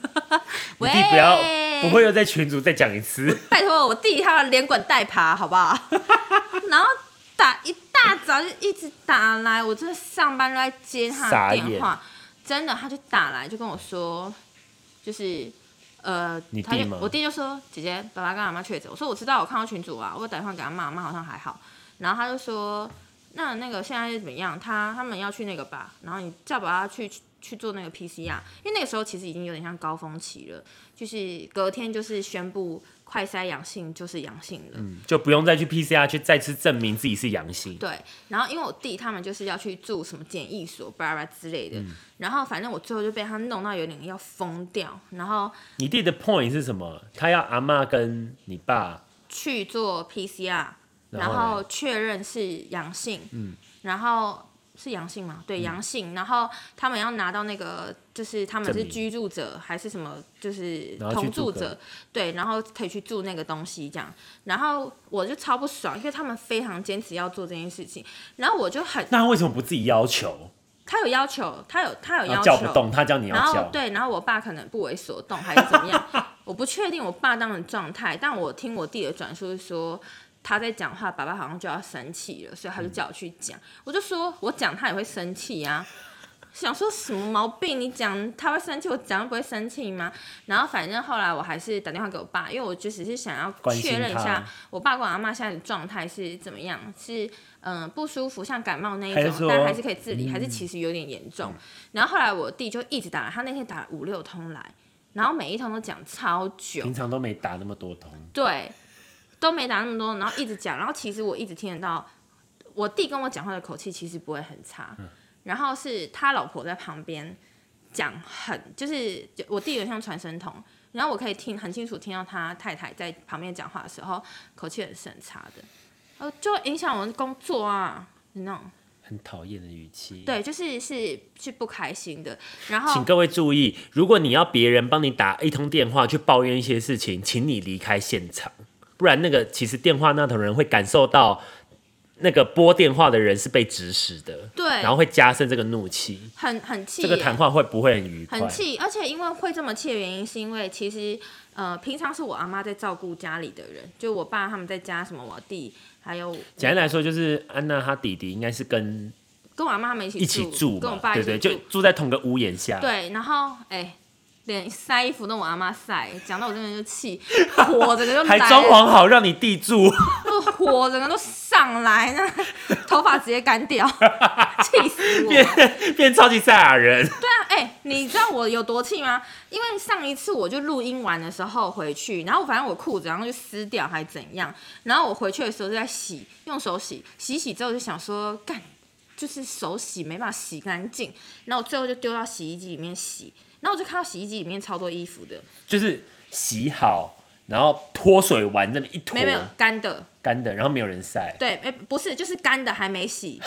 S2: 喂
S1: 弟不要，不会又在群组再讲一次。
S2: 拜托我弟他连滚带爬，好不好？ 然后打一大早就一直打来，我真的上班都在接他
S1: 傻
S2: 的
S1: 眼
S2: 电话，真的，他就打来就跟我说，就是呃，
S1: 你
S2: 他就
S1: 弟吗
S2: 我弟就说姐姐，爸爸跟阿妈确诊，我说我知道，我看到群主啊，我有打电话给阿妈，阿妈好像还好，然后他就说。那那个现在是怎么样？他他们要去那个吧，然后你叫爸爸去去去做那个 PCR，因为那个时候其实已经有点像高峰期了，就是隔天就是宣布快筛阳性就是阳性了。
S1: 就不用再去 PCR 去再次证明自己是阳性。
S2: 对，然后因为我弟他们就是要去住什么检疫所、巴拉巴拉之类的，
S1: 嗯
S2: 然后反正我最后就被他弄到有点要疯掉，然后
S1: 你弟的 point 是什么？他要阿妈跟你爸，
S2: 去做 PCR，
S1: 然后
S2: 然
S1: 嘞嗯
S2: 后确认是阳性，然后是阳性嘛？对，阳性，然后他们要拿到那个，就是他们
S1: 证
S2: 是
S1: 明
S2: 居住者还是什么，就是
S1: 然后去
S2: 同
S1: 住
S2: 住
S1: 隔
S2: 者，对，然后可以去住那个东西这样。然后我就超不爽，因为他们非常坚持要做这件事情，然后我就很，
S1: 那他为什么不自己要求？
S2: 他有要求，他有他有
S1: 然
S2: 要
S1: 后
S2: 求
S1: 叫，不动，他叫你要
S2: 然后
S1: 叫。
S2: 对，然后我爸可能不为所动还是怎么样，我不确定我爸当时状态，但我听我弟的转述是说。他在讲话，爸爸好像就要生气了，所以他就
S1: 嗯
S2: 叫我去讲。我就说，我讲他也会生气啊。想说什么毛病？你讲他会生气，我讲不会生气吗？然后反正后来我还是打电话给我爸，因为我就只是想要
S1: 关心
S2: 确认一
S1: 他
S2: 下我爸跟我阿妈现在的状态是怎么样，是嗯、呃不舒服，像感冒那一
S1: 还是说
S2: 种，但还是可以自理，还是其实有点严重。然后后来我弟就一直打来，他那天打了五六通来，然后每一通都讲超久
S1: 平，常都没打那么多通，
S2: 对，都没打那么多，然后一直讲，然后其实我一直听得到。我弟跟我讲话的口气其实不会很差，然后是他老婆在旁边讲很，就是就我弟有点像传声筒，然后我可以听很清楚听到他太太在旁边讲话的时候，口气很是很差的，呃，就会影响我们工作啊，你那种
S1: 很讨厌的语气。，
S2: 对，就是是是不开心的，然后
S1: 请各位注意，如果你要别人帮你打一通电话去抱怨一些事情，请你离开现场，不然那个其实电话那头人会感受到那个拨电话的人是被指使的，
S2: 对，
S1: 然后会加深这个怒气。
S2: 很很气
S1: 这个
S2: 耶
S1: 谈话会不会很愉快？
S2: 很气，而且因为会这么气的原因，是因为其实呃，平常是我阿妈在照顾家里的人，就我爸他们在家，什么我弟，还有
S1: 简单来说，就是安娜她弟弟应该是跟
S2: 跟我阿妈他们一起
S1: 一起住
S2: 跟我
S1: 嘛，
S2: 爸一
S1: 对
S2: 起住，
S1: 对，就住在同个屋檐下。
S2: 对然后哎。连晒衣服都我阿妈晒，讲到我这边就气，火整个就来
S1: 还装潢好让你弟住，
S2: 就火整个都上来，那头发直接干掉， 气死 我！
S1: 变变超级赛亚人，
S2: 那 哎、你知道我有多气吗？因为上一次我就录音完的时候回去，然后反正我裤子然后就撕掉还怎样，然后我回去的时候就在洗，用手洗，洗洗之后就想说干，就是手洗没办法洗干净，然后我最后就丢到洗衣机里面洗，然后我就看到洗衣机里面超多衣服的，
S1: 就是洗好，然后脱水完那么一坨
S2: 没有没有干的，
S1: 干的，然后没有人晒。
S2: 对，哎、不是就是干的还 没洗，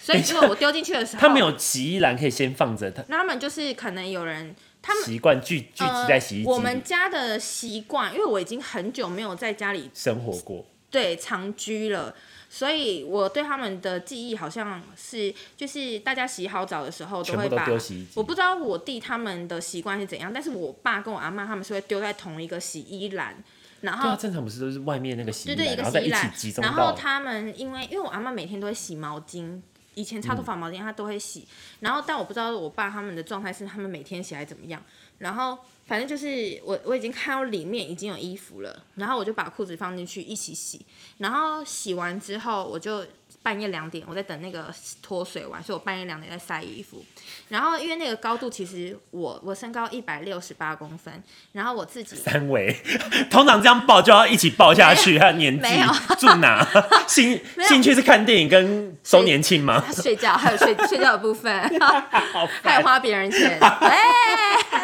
S2: 所以结果我丢进去的时候，
S1: 他们，有洗衣篮可以先放着，他
S2: 那他们就是可能有人他们。
S1: 习惯聚聚集在洗衣机
S2: 呃。我们
S1: 里
S2: 家的习惯，因为我已经很久没有在家里
S1: 生活过，
S2: 对长居了，所以我对他们的记忆好像是，就是大家洗好澡的时候都
S1: 全部
S2: 会
S1: 都
S2: 把
S1: 丢洗衣机
S2: 我不知道我弟他们的习惯是怎样，但是我爸跟我阿妈他们是会丢在同一个洗衣篮，然
S1: 对啊，
S2: 后。
S1: 正常不是都是外面那个洗衣
S2: 嗯对
S1: 篮，
S2: 对，一个
S1: 然后再
S2: 洗衣
S1: 一起
S2: 篮
S1: 集，中
S2: 然后
S1: 到
S2: 他们因为因为我阿妈每天都会洗毛巾，以前擦头发毛巾她都会洗，然后但我不知道我爸他们的状态是他们每天洗还是怎么样，然后反正就是我我已经看到里面已经有衣服了，然后我就把裤子放进去一起洗，然后洗完之后，我就半夜两点，我在等那个脱水完，所以我半夜两点在晒衣服。然后因为那个高度，其实我我身高一百六十八公分，然后我自己
S1: 三围， 通常这样抱就要一起抱下去。还有年纪
S2: 没有、
S1: 住 哪、兴
S2: 有
S1: 兴趣是看电影跟周年庆吗？
S2: 睡觉还有睡 睡觉的部分，
S1: 好
S2: 还有
S1: 烦，
S2: 花别人钱。哎，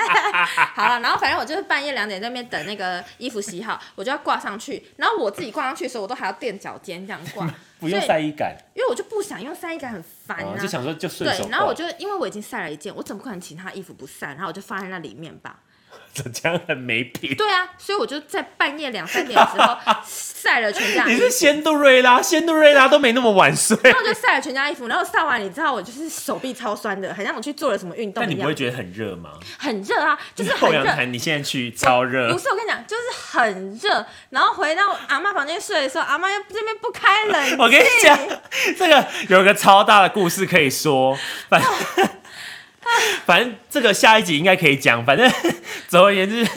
S2: 好了，然后反正我就是半夜两点在那边等那个衣服洗好，我就要挂上去。然后我自己挂上去的时候，我都还要垫脚尖这样挂，
S1: 不用
S2: 所以
S1: 晒衣杆，
S2: 因为我就不想用晒衣杆很烦
S1: 哦
S2: 啊。
S1: 就想说就顺手
S2: 对，
S1: 抱。
S2: 然后我就因为我已经晒了一件，我怎么可能其他衣服不晒？然后我就放在那里面吧。
S1: 这样很没品。
S2: 对啊，所以我就在半夜两三点之后晒了全家
S1: 你
S2: 衣
S1: 是
S2: 服，
S1: 仙杜瑞拉，仙杜瑞拉都没那么晚 睡。
S2: 然后就晒了全家衣服，然后晒完你知道我就是手臂超酸的，很像我去做了什么运动
S1: 但你
S2: 一
S1: 不
S2: 样
S1: 会，觉得很热吗？
S2: 很热啊，就是很
S1: 后阳
S2: 热。
S1: 台，你现在去超
S2: 不
S1: 热，
S2: 是我跟你讲，就是很热，然后回到阿妈房间睡的时候，阿妈又这边不开冷气，
S1: 我跟你讲，这个有一个超大的故事可以说，
S2: 哦
S1: 反 反正这个下一集应该可以讲。反正 总而言之，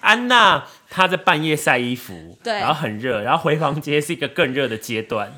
S1: 安娜她在半夜晒衣服，
S2: 对
S1: 然后很热，然后回房间是一个更热的阶段。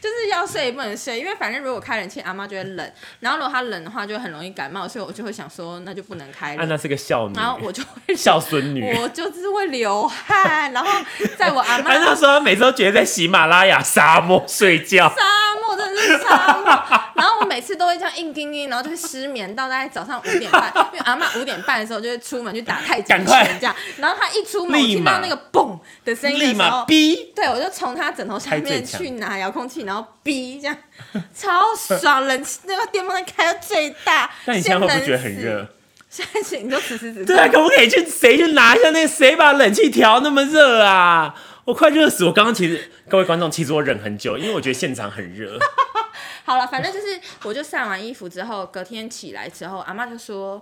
S2: 就是要睡也不能睡，因为反正如果开冷气，阿妈就会冷，然后如果她冷的话，就会很容易感冒，所以我就会想说，那就不能开冷
S1: 安。娜是个孝女，
S2: 然后我就会
S1: 孝孙女。
S2: 我就是会流汗，然后在我阿妈
S1: 安娜说她每次都觉得在喜马拉雅沙漠睡觉。
S2: 沙漠真的是沙漠，然后我每次都会这样硬盯盯，然后就会失眠到大概早上五点半，因为阿妈五点半的时候就会出门去打太极
S1: 赶快
S2: 拳这样，然后她一出门，我
S1: 立
S2: 听到
S1: 马
S2: 那个嘣的 声音
S1: 立
S2: 的时
S1: 马
S2: 候，
S1: 逼！
S2: 对我就从她枕头下
S1: 开最
S2: 面
S1: 强
S2: 去拿遥控器，然后逼这样，超爽，冷气那个电风扇开到最大，
S1: 但你现在会不会觉得很
S2: 先冷
S1: 热
S2: 死？？现在是你就此时此刻，
S1: 对啊，可不可以去谁去拿一下那个谁把冷气调那么热啊？我快热死！我刚刚其实各位观众，其实我忍很久，因为我觉得现场很热。
S2: 好了，反正就是我就晒完衣服之后，隔天起来之后，阿妈就说：“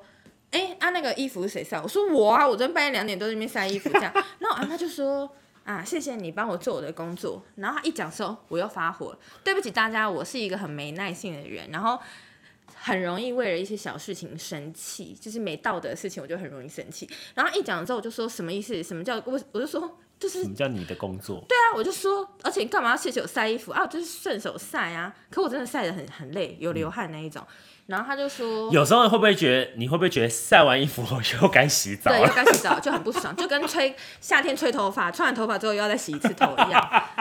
S2: 哎、啊那个衣服是谁晒？”我说：“我啊，我昨天半夜两点都在那边晒衣服这样。”然后阿妈就说。啊，谢谢你帮我做我的工作。然后她一讲的时候，我又发火了。对不起大家，我是一个很没耐性的人，然后很容易为了一些小事情生气，就是没道德的事情，我就很容易生气。然后一讲之后，我就说什么意思？什么叫我？我就说就是
S1: 什么叫你的工作？
S2: 对啊，我就说，而且你干嘛要谢谢我晒衣服啊？我就是顺手晒啊。可我真的晒得很很累，有
S1: 嗯
S2: 流汗那一种。然后他就说，
S1: 有时候会不会觉得你会不会觉得晒完衣服后又该洗澡
S2: 对，又
S1: 了？
S2: 该 洗澡，就很不爽，就跟吹夏天吹头发，吹完头发之后又要再洗一次头一样。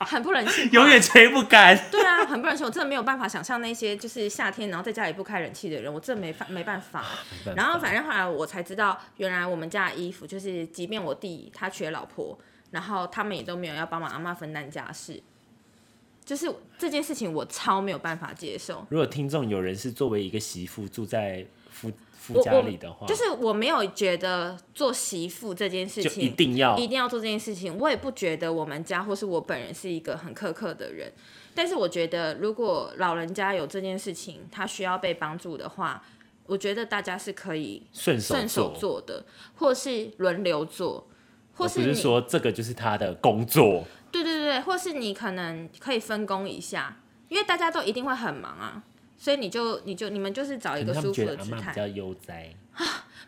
S2: 很不人性化
S1: 永远吹不干。
S2: 对啊，很不人性，我真的没有办法想象那些就是夏天然后在家里不开冷气的人，我真的没法 没办法。
S1: 办
S2: 然后反正后来我才知道，原来我们家的衣服就是，即便我弟他娶了老婆，然后他们也都没有要帮忙阿妈分担家事，就是这件事情我超没有办法接受。
S1: 如果听众有人是作为一个媳妇住在夫夫
S2: 我
S1: 家
S2: 我
S1: 里的话，
S2: 就是我没有觉得做媳妇这件事
S1: 就
S2: 情
S1: 一定要
S2: 一定要做这件事情。我也不觉得我们家或是我本人是一个很苛刻的人，但是我觉得如果老人家有这件事情，他需要被帮助的话，我觉得大家是可以
S1: 顺手
S2: 顺手做的，或是轮流做，或
S1: 我不
S2: 你
S1: 是说这个就是他的工作，
S2: 对对对，或是你可能可以分工一下，因为大家都一定会很忙啊。所以你就你就你们就是找
S1: 可
S2: 一
S1: 能
S2: 个
S1: 他们
S2: 舒
S1: 觉
S2: 服
S1: 得
S2: 的
S1: 阿
S2: 姿
S1: 妈
S2: 态
S1: 比，较悠哉，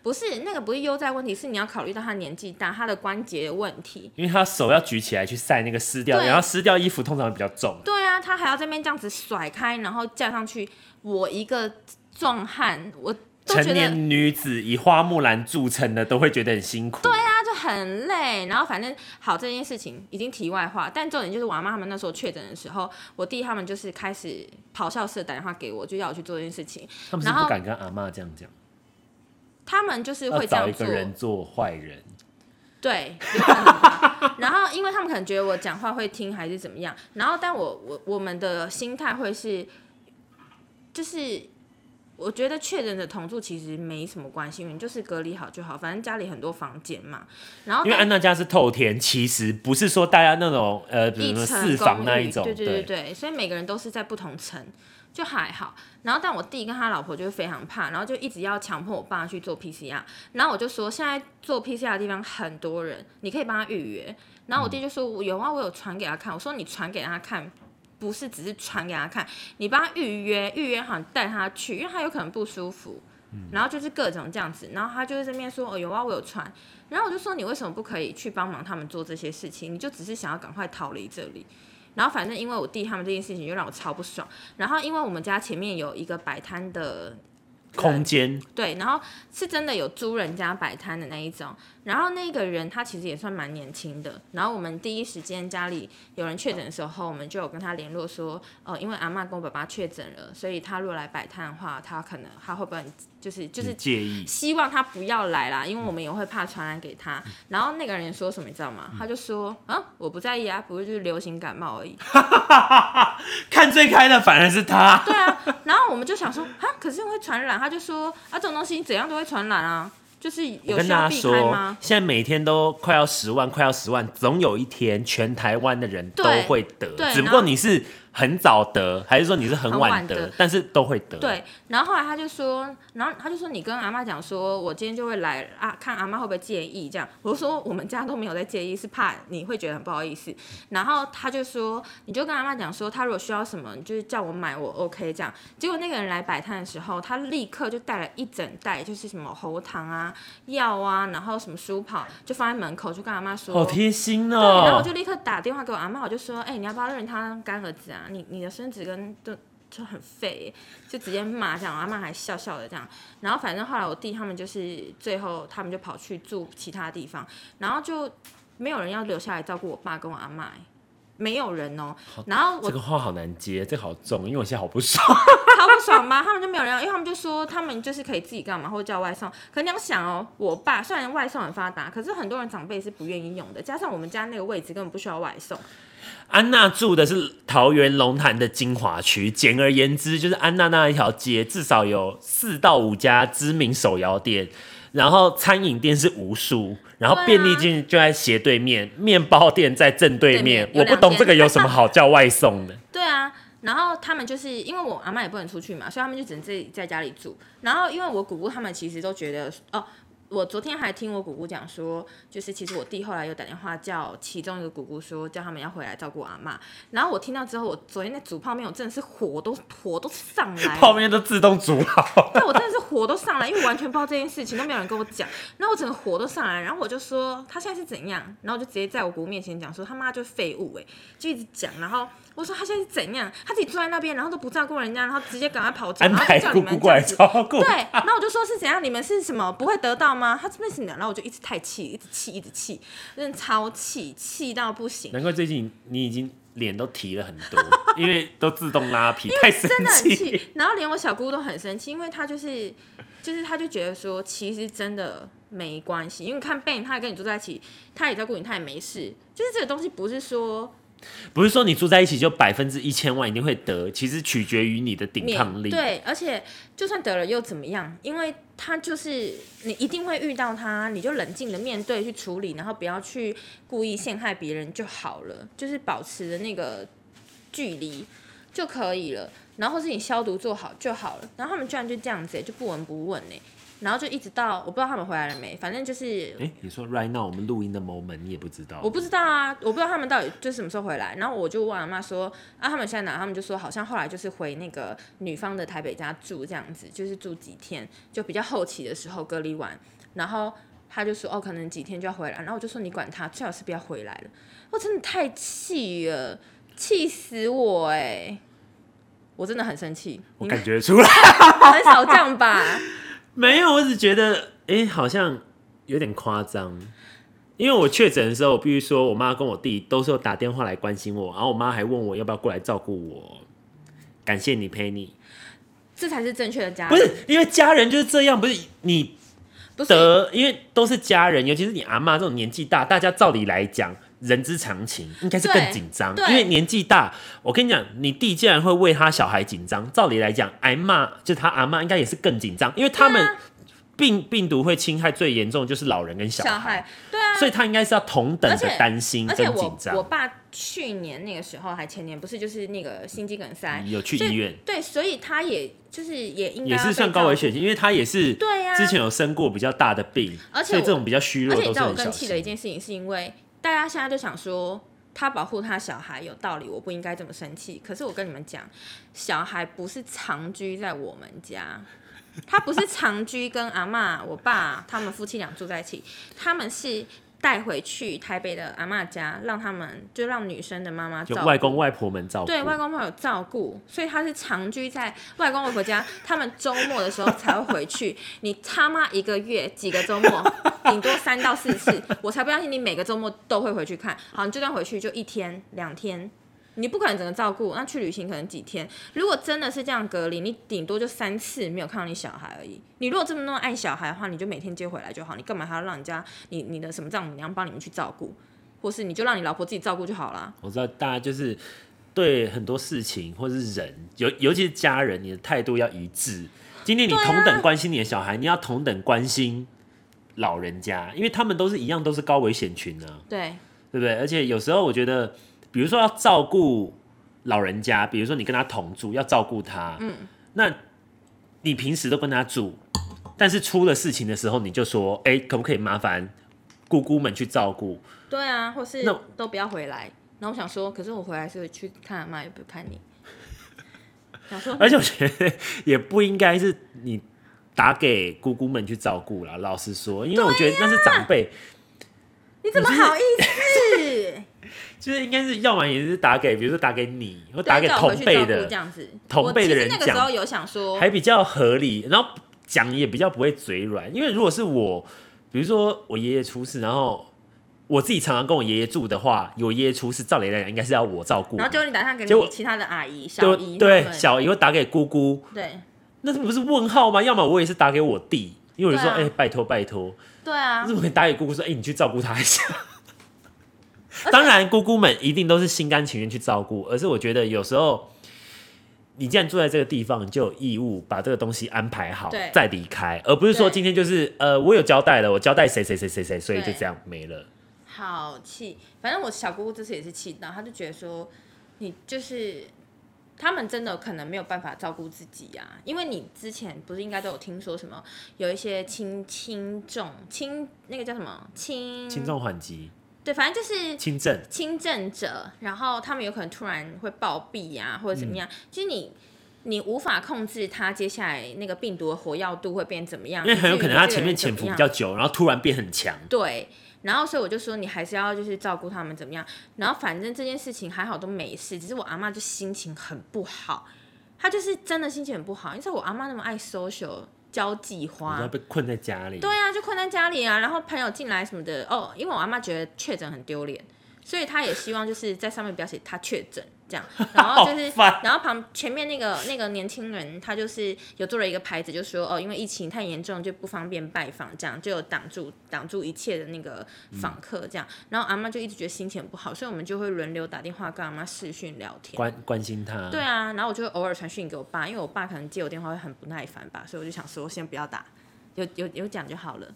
S2: 不是那个不是优待问题，是你要考虑到他年纪大，他的关节问题。
S1: 因为他手要举起来去晒那个湿掉，
S2: 对
S1: 然后湿掉衣服通常比较重。
S2: 对啊，他还要这边这样子甩开，然后架上去。我一个壮汉，我都
S1: 成
S2: 觉得
S1: 年女子以花木兰著称的都会觉得很辛苦。对啊，
S2: 他就很累。然后反正好这件事情已经题外话，但重点就是我阿妈他们那时候确诊的时候，我弟他们就是开始咆哮式地打电话给我，就要我去做这件事情。
S1: 他们是
S2: 然后
S1: 不敢跟阿妈这样讲，
S2: 他们就是
S1: 要
S2: 会
S1: 找
S2: 这样
S1: 一个
S2: 做，
S1: 人做坏人。
S2: 对，有可能吧然后因为他们可能觉得我讲话会听还是怎么样，然后但我我我们的心态会是，就是我觉得确诊的同住其实没什么关系，你就是隔离好就好，反正家里很多房间嘛。然后
S1: 因为安娜家是透天，其实不是说大家那种呃，比
S2: 一
S1: 如说
S2: 层
S1: 四
S2: 公
S1: 房
S2: 寓
S1: 那一种，
S2: 对对对对，所以每个人都是在不同层，就还好。然后但我弟跟他老婆就非常怕，然后就一直要强迫我爸去做 PCR，然后我就说现在做 PCR 的地方很多人，你可以帮他预约。然后我弟就说、我有啊，我有传给他看。我说你传给他看。不是只是传给他看，你帮他预约，预约好你带他去，因为他有可能不舒服，
S1: 嗯
S2: 然后就是各种这样子，然后他就是这边说哦有啊我有传，然后我就说你为什么不可以去帮忙他们做这些事情？你就只是想要赶快逃离这里。然后反正因为我弟他们这件事情就让我超不爽。然后因为我们家前面有一个摆摊的，
S1: 空间
S2: 对，然后是真的有租人家摆摊的那一种。然后那个人他其实也算蛮年轻的。然后我们第一时间家里有人确诊的时候，我们就有跟他联络说，呃，因为阿嬷跟我爸爸确诊了，所以他如果来摆摊的话，他可能他会不会很就是就是
S1: 你介意。
S2: 希望他不要
S1: 嗯
S2: 来啦，因为我们也会怕传染给他。然后那个人说什么，你知道
S1: 嗯
S2: 吗？他就说啊，我不在意啊，不过就是流行感冒而已。
S1: 看最开的反而是他，
S2: 对啊，然后我们就想说啊，可是会传染。他就说啊，这种东西怎样都会传染啊，就是
S1: 我
S2: 有
S1: 跟
S2: 需
S1: 大家
S2: 要避开
S1: 说
S2: 吗，？
S1: 现在每天都快要十万，快要十万，总有一天全台湾的人都
S2: 对
S1: 会得
S2: 对，
S1: 只不
S2: 然
S1: 过
S2: 后
S1: 你是很早得，还是说你是很
S2: 很
S1: 晚
S2: 晚
S1: 得
S2: 得，
S1: 但是都会得。
S2: 对，然后后来他就说，然后他就说你跟阿妈讲说，我今天就会来啊，看阿妈会不会介意这样。我就说我们家都没有在介意，是怕你会觉得很不好意思。然后他就说，你就跟阿妈讲说，他如果需要什么，你就是叫我买，我 OK 这样。结果那个人来摆摊的时候，他立刻就带了一整袋，就是什么喉糖啊、药啊，然后什么舒跑，就放在门口，就跟阿妈说，
S1: 好贴心
S2: 对，然后我
S1: 哦
S2: 就！立刻打电话给我阿妈，我就说，哎、你要不要认他干儿子啊？你你的孙子跟就就很废耶，就直接骂这样，我阿妈还笑笑的这样。然后反正后来我弟他们就是最后他们就跑去住其他地方，然后就没有人要留下来照顾我爸跟我阿妈、哎没有人哦、然后我
S1: 这个话好难接，这个好重，因为我现在好不爽。
S2: 超不爽吗？他们就没有人要，因为他们就说他们就是可以自己干嘛，或者叫外送。可你要想哦，我爸虽然外送很发达，可是很多人长辈是不愿意用的，加上我们家那个位置根本不需要外送。
S1: 安娜住的是桃园龙潭的精华区，简而言之，就是安娜那一条街至少有四到五家知名手摇店，然后餐饮店是无数，然后
S2: 对啊
S1: 便利店就在斜对面，面包店在正对面。
S2: 对面有
S1: 我不
S2: 两
S1: 懂
S2: 间
S1: 这个有什么好叫外送 的，
S2: 对啊，然后他们就是因为我阿妈也不能出去嘛，所以他们就只能自己在家里住。然后因为我姑姑他们其实都觉得哦。我昨天还听我姑姑讲说，就是其实我弟后来有打电话叫其中一个姑姑说，叫他们要回来照顾我阿妈。然后我听到之后，我昨天在煮泡面，我真的是火都火都上来了，
S1: 泡面都自动煮好。
S2: 对我真的是火都上来，因为我完全不知道这件事情，都没有人跟我讲。然后我整个火都上来，然后我就说他现在是怎样，然后我就直接在我姑姑面前讲说他妈就废物哎、就一直讲。然后我说他现在是怎样，他自己坐在那边，然后都不照顾人家，然后直接赶快跑走，
S1: 安
S2: 然后
S1: 排
S2: 就啊叫你
S1: 姑
S2: 们
S1: 姑
S2: 这
S1: 过来
S2: 样子。
S1: 照顾，
S2: 对，然后我就说是怎样，你们是什么不会得到吗？他是为什么？然后我就一直太气，一直气，一直气，真的超气，气到不行。
S1: 难怪最近你已经脸都提了很 多，因为都自动拉皮，太生
S2: 真的很
S1: 气。
S2: 气，然后连我小姑都很生气，因为她就是，就是她就觉得说，其实真的没关系，因为你看 Ben 他跟你住在一起，他也照顾你，他也没事，就是这个东西不是说
S1: 不是说你住在一起就百分之一千万一定会得，其实取决于你的
S2: 免
S1: 抵抗力。
S2: 对，而且就算得了又怎么样？因为他就是你一定会遇到他，你就冷静的面对去处理，然后不要去故意陷害别人就好了，就是保持的那个距离就可以了。然后或是你消毒做好就好了。然后他们居然就这样子、欸就不闻不问呢、然后就一直到我不知道他们回来了没，反正就是
S1: 哎、你说 right now 我们录音的 moment 你也不知道，
S2: 我不知道啊，我不知道他们到底就是什么时候回来。然后我就问阿妈说，啊，他们现在哪？他们就说好像后来就是回那个女方的台北家住这样子，就是住几天，就比较后期的时候隔离完，然后。他就说哦，可能几天就要回来，然后我就说你管他，最好是不要回来了。我真的太气了，气死我哎、我真的很生气，
S1: 我
S2: 你
S1: 感觉出来。
S2: 很少这样吧？
S1: 没有，我只觉得，哎、好像有点夸张。因为我确诊的时候，我必须说，我妈跟我弟都是有打电话来关心我，然后我妈还问我要不要过来照顾我。感谢你陪你，
S2: 这才是正确的家
S1: 不
S2: 庭，
S1: 是因为家人就是这样，不是你
S2: 不是
S1: 得，因为都是家人，尤其是你阿妈这种年纪大，大家照理来讲人之常情，应该是
S2: 对
S1: 更紧张，
S2: 对
S1: 因为年纪大。我跟你讲，你弟竟然会为他小孩紧张，照理来讲，挨骂就他阿妈应该也是更紧张，因为他们
S2: 对啊
S1: 病病毒会侵害最严重就是老人跟小孩，
S2: 小孩，对啊，
S1: 所以他应该是要同等
S2: 而且
S1: 的担心
S2: 而且
S1: 跟嗯紧
S2: 我我
S1: 张。
S2: 爸去年那个时候还前年不是就是那个心肌梗塞，
S1: 嗯有去
S2: 所以
S1: 医院
S2: 对，所以他也就是也应该
S1: 也
S2: 要
S1: 是
S2: 被
S1: 算高
S2: 照
S1: 危
S2: 顾
S1: 险性，因为他也是
S2: 对呀、
S1: 之前有生过比较大的病，
S2: 而且
S1: 所以
S2: 我
S1: 这种比较虚
S2: 而
S1: 弱
S2: 且你
S1: 都
S2: 知
S1: 是
S2: 道
S1: 很
S2: 我更
S1: 小
S2: 气的一
S1: 心。
S2: 件事情，是因为大家现在就想说他保护他小孩有道理，我不应该这么生气。可是我跟你们讲，小孩不是长居在我们家。他不是长居跟阿嬷、我爸他们夫妻俩住在一起，他们是带回去台北的阿嬷家，让他们就让女生的妈妈
S1: 就
S2: 照顾
S1: 外公外婆们照顾，
S2: 对外公外婆有照顾，所以他是长居在外公外婆家，他们周末的时候才会回去。你他妈一个月几个周末，顶多三到四次，我才不相信你每个周末都会回去看。好，你就算回去就一天两天。你不可能整个照顾，那去旅行可能几天。如果真的是这样隔离，你顶多就三次没有看到你小孩而已。你如果这么那么爱小孩的话，你就每天接回来就好。你干嘛还要让人家你你的什么丈母娘帮你们去照顾，或是你就让你老婆自己照顾就好啦。
S1: 我知道大家就是对很多事情或是人，尤尤其是家人，你的态度要一致。今天你同等关心你的小孩，你要同等关心老人家，因为他们都是一样，都是高危险群啊，
S2: 对，
S1: 对不对？而且有时候我觉得，比如说要照顾老人家，比如说你跟他同住，要照顾他，嗯，那你平时都跟他住，但是出了事情的时候，你就说，哎、可不可以麻烦姑姑们去照顾？
S2: 对啊，或是
S1: 那
S2: 都不要回来。然后我想说，可是我回来是去看阿妈，也不 看你。想说，
S1: 而且我觉得也不应该是你打给姑姑们去照顾啦。老实说，因为我觉得那是长辈，
S2: 你怎么好意思？
S1: 就是应该是要么也是打给，比如说打给你，或
S2: 对
S1: 打给
S2: 叫我
S1: 同
S2: 回去照
S1: 辈
S2: 顾这
S1: 的，
S2: 样子，
S1: 同辈的人
S2: 我其实那个时候有想说，
S1: 还比较合理，然后讲也比较不会嘴软。因为如果是我，比如说我爷爷出事，然后我自己常常跟我爷爷住的话，有爷爷出事，照理来讲应该是要我照顾嘛。
S2: 然后结果你打电话给
S1: 结果
S2: 你其他的阿姨、小
S1: 就
S2: 姨他们，
S1: 对小姨会打给姑姑，
S2: 对
S1: 那这不是问号吗？要么我也是打给我弟，因为我就说，哎、
S2: 对啊
S1: 拜托拜托，
S2: 对啊
S1: 日，本打给姑姑说：“哎、你去照顾她一 下。
S2: 且”
S1: 当然，姑姑们一定都是心甘情愿去照顾，而是我觉得有时候，你既然住在这个地方，你就有义务把这个东西安排好
S2: 对
S1: 再离开，而不是说
S2: 对
S1: 今天就是呃，我有交代了，我交代谁谁谁谁谁，所以就
S2: 对
S1: 这样没了。
S2: 好气。反正我小姑姑这次也是气到，她就觉得说，你就是他们真的可能没有办法照顾自己呀、因为你之前不是应该都有听说什么，有一些轻轻重轻那个叫什么轻
S1: 轻重缓急，
S2: 对，反正就是
S1: 轻症，
S2: 轻症者，然后他们有可能突然会暴毙呀、或者
S1: 嗯
S2: 怎么样，其实你。你无法控制他接下来那个病毒的活跃度会变怎么样，
S1: 因为很有可能他
S2: 以至于
S1: 前
S2: 你
S1: 面
S2: 这
S1: 潜
S2: 个人怎
S1: 伏
S2: 么
S1: 比较
S2: 样
S1: 久，然后突然变很强。
S2: 对，然后所以我就说你还是要就是照顾他们怎么样，然后反正这件事情还好都没事，只是我阿妈就心情很不好，她就是真的心情很不好，因为我阿妈那么爱 social 交际
S1: 你要
S2: 花。
S1: 被困在家里，
S2: 对啊，就困在家里啊，然后朋友进来什么的哦，因为我阿妈觉得确诊很丢脸，所以他也希望就是在上面不要写他确诊 这样，然后就是
S1: 好烦，
S2: 然后旁前面那个那个年轻人他就是有做了一个牌子，就说哦，因为疫情太严重就不方便拜访，这样就有挡住挡住一切的那个访客这样，然后阿妈就一直觉得心情很不好，所以我们就会轮流打电话跟阿妈视讯聊天。
S1: 关关心他。
S2: 对啊，然后我就会偶尔传讯给我爸，因为我爸可能接我电话会很不耐烦吧，所以我就想说先不要打，有有有讲就好了。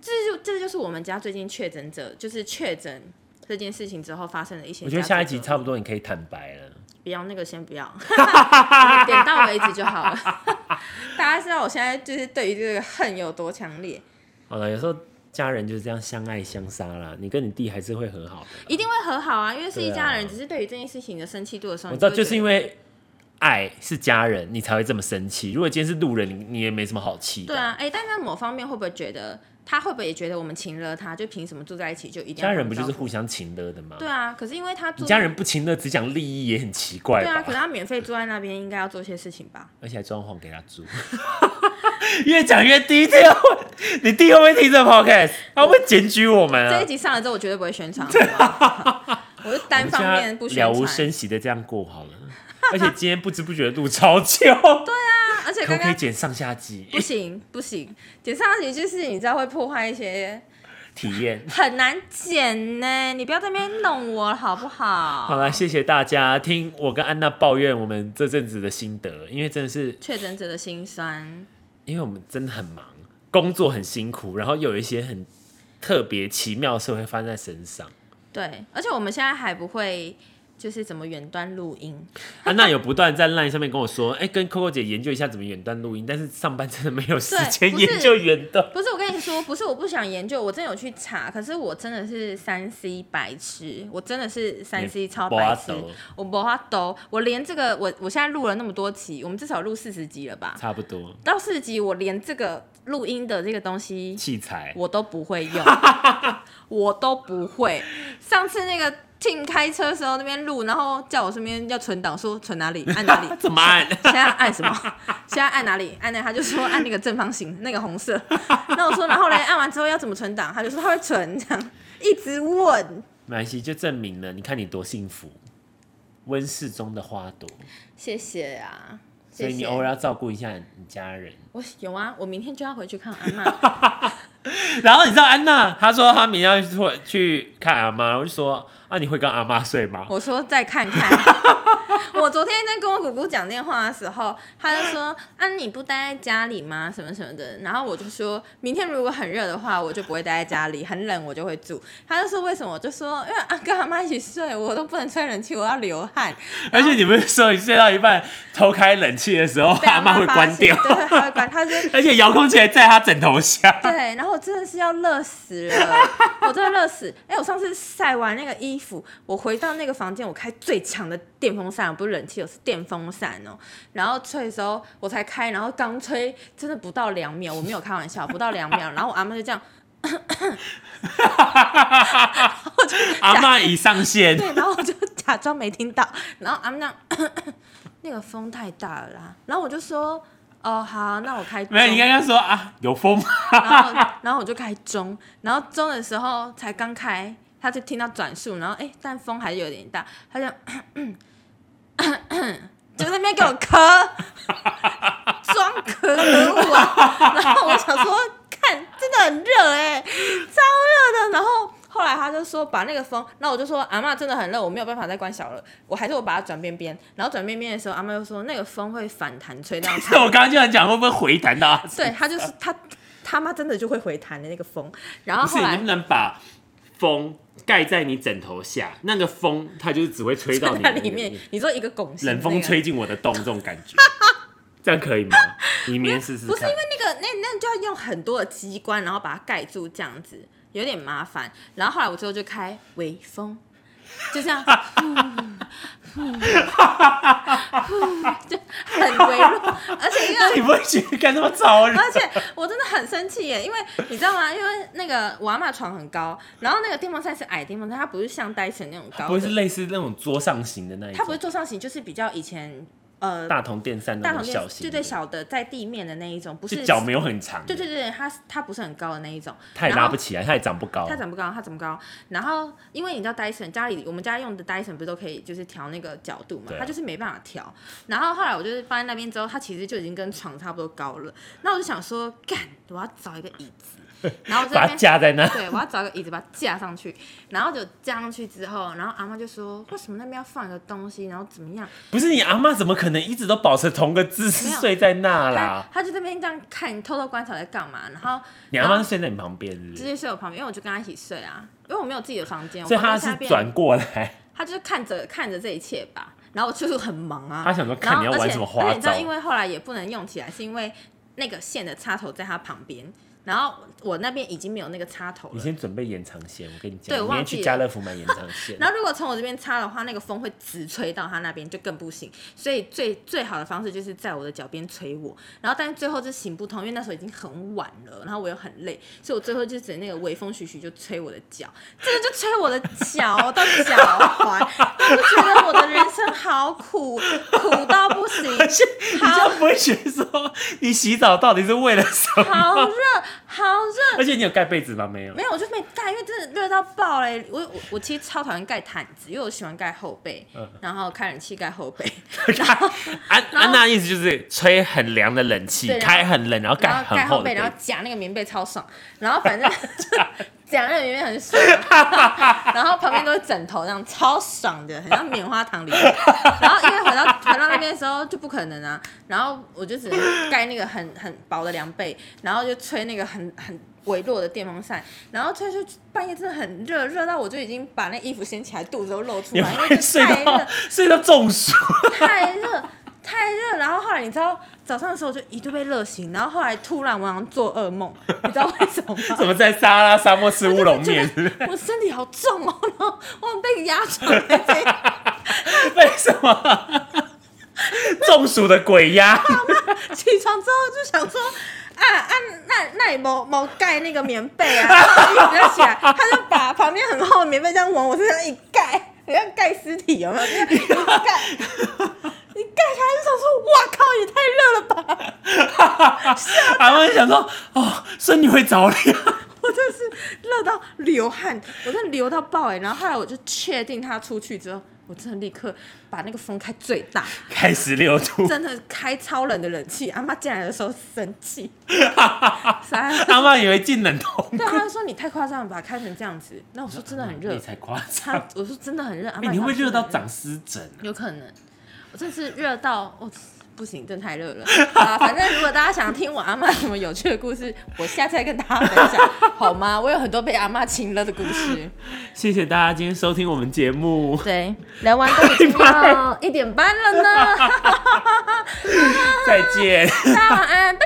S2: 这就这就是我们家最近确诊者，就是确诊这件事情之后发生的一些。
S1: 我觉得下一集差不多你可以坦白了。
S2: 不要那个先不要， 点到为止就好了。 大家知道我现在就是对于这个恨有多强烈，
S1: 好了，有时候家人就是这样相爱相杀啦，你跟你弟还是会很好的。
S2: 一定会和好啊，因为是一家人，
S1: 对啊
S2: 只是对于这件事情的生气度的时候，
S1: 我知道，
S2: 你
S1: 就是因
S2: 为
S1: 为爱是家人，你才会这么生气。如果今天是路人，你你也没什么好气的。
S2: 对啊，哎、但在某方面会不会觉得他会不会也觉得我们情了他，就凭什么住在一起就一定要
S1: 家人不就是
S2: 帮忙照顾
S1: 互相情勒的吗？
S2: 对啊，可是因为他住
S1: 你家人不情勒，只讲利益也很奇怪
S2: 对啊，
S1: 吧？
S2: 可是他免费住在那边，应该要做些事情吧？
S1: 而且还装潢给他住， 越讲越低调。你弟会不会听这 podcast？他会不会检举我们
S2: 这一
S1: 啊？
S2: 集上了之后，我绝对不会宣传，好 不好我就单方面不
S1: 我们
S2: 宣
S1: 现在了无
S2: 传。啊
S1: 声息的这样过好 了。而且今天不知不觉录超久，
S2: 啊而且
S1: 可
S2: 刚
S1: 不可以
S2: 刚
S1: 剪上下集
S2: 不行不行，剪上集就是你知道会破坏一些
S1: 体验？
S2: 很难剪呢，你不要在那边弄我好不
S1: 好
S2: 好？
S1: 了，谢谢大家听我跟安娜抱怨我们这阵子的心得，因为真的是
S2: 确诊者的心酸，
S1: 因为我们真的很忙，工作很辛苦，然后又有一些很特别奇妙的事会发生在身 上。
S2: 对，而且我们现在还不会就是怎么远端录音，
S1: 安娜有不断在 LINE 上面跟我说，哎、跟 Coco 姐研究一下怎么远端录音，但是上班真的没有时
S2: 对
S1: 间
S2: 不是
S1: 研究远端。
S2: 不是我跟你说，不是我不想研究，我真的有去查，可是我真的是三 C 白痴，我真的是三 C 超白痴
S1: 没法度，
S2: 我不花抖，我连这个我我现在录了那么多期，我们至少录四十集了吧？
S1: 差不多，
S2: 到四十集，我连这个录音的这个东西
S1: 器材
S2: 我都不会用，我都不会。上次那个 Tim 开车的时候那边录，然后叫我顺便要存档，说存哪里按哪里，
S1: 怎么 按？
S2: 现在按什么？ 现在按哪里？按那他就说按那个正方形， 那个红色。那我说，然后嘞，按完之后要怎么存档？他就说他会存，这样一直问。
S1: 马来西亚就证明了，你看你多幸福，温室中的花朵。
S2: 谢谢啊，
S1: 所
S2: 谢
S1: 以你
S2: 谢。
S1: 偶尔要照顾一下你家人。
S2: 我有啊，我明天就要回去看阿妈。
S1: 然后你知道安娜，她说她明天要去去看阿妈，我就说啊，你会跟阿妈睡吗？
S2: 我说再看看。 我昨天在跟我姑姑讲电话的时候，她就说：“啊，你不待在家里吗？什么什么的。”然后我就说：“明天如果很热的话，我就不会待在家里；很冷，我就会住。”她就说：“为什么？”我就说：“因为啊，跟阿妈一起睡，我都不能吹冷气，我要流汗。”
S1: 而且你不是说你睡到一半偷开冷气的时候，
S2: 被
S1: 阿妈会
S2: 发
S1: 关
S2: 现
S1: 掉，
S2: 对，她会 关，她是
S1: 而且遥控器还在她枕头 下。
S2: 对，然后我真的是要热死了，我真的热死。哎、我上次晒完那个衣服，我回到那个房间，我开最强的电风扇，不是冷气，我是电风扇哦、然后吹的时候我才开，然后刚吹真的不到两秒，我没有开玩笑，不到两秒，然后我阿妈就这样，
S1: 阿妈已上线，
S2: 对，然后我就假装没听到，然后阿妈那样 那个风太大了啦，然后我就说。哦，好，那我开中。
S1: 没有？你刚刚说啊，有风吗？
S2: 然后然后我就开中，然后中的时候才刚开，他就听到转速，然后哎、诶但风还是有点大，他就 就在那边给我咳，装咳我，然后我想说，看真的很热哎、超热的，然后。后来他就说把那个风，那我就说阿嬷真的很热，我没有办法再关小了，我还是我把它转边边，然后转边边的时候，阿嬷又说那个风会反弹吹到
S1: 是
S2: 它。
S1: 我刚刚就想讲会不会回弹到阿妈？
S2: 对他就是他他妈真的就会回弹的那个风，然后
S1: 不是，
S2: 后
S1: 你
S2: 来
S1: 能不能把风盖在你枕头下？那个风它就是只会吹到
S2: 在
S1: 你
S2: 那
S1: 的
S2: 里面，你说一个拱形、那
S1: 冷风
S2: 个
S1: 吹进我的洞，这种感 觉，这样可以吗？你明天试试
S2: 不是
S1: 看
S2: 因为。那个那那就要用很多的机关，然后把它盖住，这样子有点麻烦。然后后来我最后就开微风，就这样，呼呼就很微弱，而且因为
S1: 那你不会觉得干这么燥 热？
S2: 而且我真的很生气耶，因为你知道吗？因为那个我阿嬷床很高，然后那个电风扇是矮电风扇，它不是像戴森那种高的，
S1: 不会是类似那种桌上型的那一
S2: 它不
S1: 种
S2: 是？桌上型，就是比较以前呃
S1: 大同电扇那
S2: 大
S1: 种
S2: 同电
S1: 小型
S2: 对
S1: 的，
S2: 对小的在地面的那一种，不
S1: 就是脚没有很长，
S2: 对对对，它它不是很高的那一种，
S1: 它也
S2: 然
S1: 拉
S2: 后
S1: 不起来，它哦也长不高
S2: 它。长不高，它长不高。然后因为你知道 Dyson 家里我们家用的 Dyson 不是都可以就是调那个角度嘛
S1: 对啊，
S2: 它就是没办法调。然后后来我就是放在那边之后，它其实就已经跟床差不多高了。那我就想说，干，我要找一个椅子，然后我就
S1: 把
S2: 在那
S1: 它
S2: 边
S1: 架在那，
S2: 对，我要找个椅子把它架上去，然后就架上去之后，然后阿妈就说：“为什么那边要放一个东西？然后怎么样
S1: 不是你阿妈怎么可能一直都保持同个姿势
S2: 没有
S1: 睡在那？”
S2: 她
S1: 啦？
S2: 她就在那边这样看，偷偷观察我在干嘛。然后
S1: 你阿妈睡在你旁边，是不
S2: 直
S1: 是
S2: 接睡我旁边，因为我就跟她一起睡啊，因为我没有自己的房间，我
S1: 所以
S2: 房
S1: 她
S2: 间
S1: 是
S2: 下边，
S1: 转过来，
S2: 她就是看着看着这一切吧。然后我就是很忙啊，
S1: 她想说
S2: 然
S1: 看
S2: 后
S1: 你要
S2: 而
S1: 玩
S2: 且
S1: 什么
S2: 而
S1: 花
S2: 且你知道，
S1: 招
S2: 因。为后来也不能用起来，是因为那个线的插头在她旁边，然后我那边已经没有那个插头
S1: 你
S2: 了。
S1: 先准备延长线，我跟你讲，
S2: 对
S1: 你
S2: 我
S1: 明
S2: 忘
S1: 天
S2: 记
S1: 去家乐福买延长线。
S2: 然后如果从我这边插的话，那个风会直吹到他那边，就更不行。所以最最好的方式就是在我的脚边吹我，然后但是最后就行不通，因为那时候已经很晚了，然后我又很累，所以我最后就只能那个微风徐徐就吹我的脚，真的就吹我的脚到脚踝，我就觉得我的人生好苦，苦到不行，
S1: 你这样不会觉得说你洗澡到底是为了什 么？
S2: 好热，好热。
S1: 而且你有盖被子吗？没有。
S2: 没有，我就没盖，因为真的热到爆嘞！我我我其实超讨厌盖毯子，因为我喜欢盖后背，然后开冷气盖后背，
S1: 安安娜意思就是吹很凉的冷气，
S2: 对然后
S1: 开很冷，然后
S2: 然
S1: 盖
S2: 后
S1: 很
S2: 盖后
S1: 的
S2: 背，然
S1: 被
S2: 后
S1: 子。
S2: 夹那个棉被超爽，然后 反正就夹那个棉被很爽，啊然后旁边都是枕头，那样超爽的，很像棉花糖里面。然后因为回到回到那边的时候就不可能啊，然后我就只能盖那个很很薄的凉被，然后就吹那个很很。微弱的电风扇，然后吹吹半夜真的很热，热到我就已经把那衣服掀起来，肚子都露出
S1: 你
S2: 来，因为
S1: 会
S2: 就
S1: 睡
S2: 太热
S1: 到， 睡到中暑，
S2: 太热，太热。然后后来你知道早上的时候我就一度被热醒，然后后来突然晚上做噩梦，你知道为什么吗？
S1: 怎么在沙拉沙漠吃乌龙 面？
S2: 我身体好重哦，然后我很被压床在这一块，
S1: 为什么？ 中暑的鬼 压，
S2: 起床之后就想说。啊啊，那那你某某盖那个棉被啊，然后一直起来，他就把旁边很厚的棉被这样往我身上一盖，很像盖尸体有没有？ 一盖，一盖开就想说，哇靠，也太热了吧！
S1: 阿妈就想说，哦，孙女会着凉。
S2: 我真是热到流汗，我真的流到爆哎、欸！然后后来我就确定他出去之后，我真的立刻把那个风开最大，
S1: 开始六度，
S2: 真的开超冷的冷气。阿妈进来的时候生 气，啥？
S1: 阿妈以为进冷冻。
S2: 对，他就说你太夸张了吧，开成这样子。那我说真的很热
S1: 你，才哎夸张。
S2: 他我说真的很热。阿
S1: 哎，
S2: 妈
S1: 你会不会
S2: 说
S1: 热到
S2: 真的很
S1: 长湿疹啊？
S2: 有可能，我真是热到我、不行，真的太热了。啊，反正如果大家想听我阿妈什么有趣的故事，我下次再跟大家分享好吗？我有很多被阿妈亲了的故事。
S1: 谢谢大家今天收听我们节目，
S2: 对，聊完都已经要一点半了呢。
S1: 再见。
S2: 大家晚安，拜拜。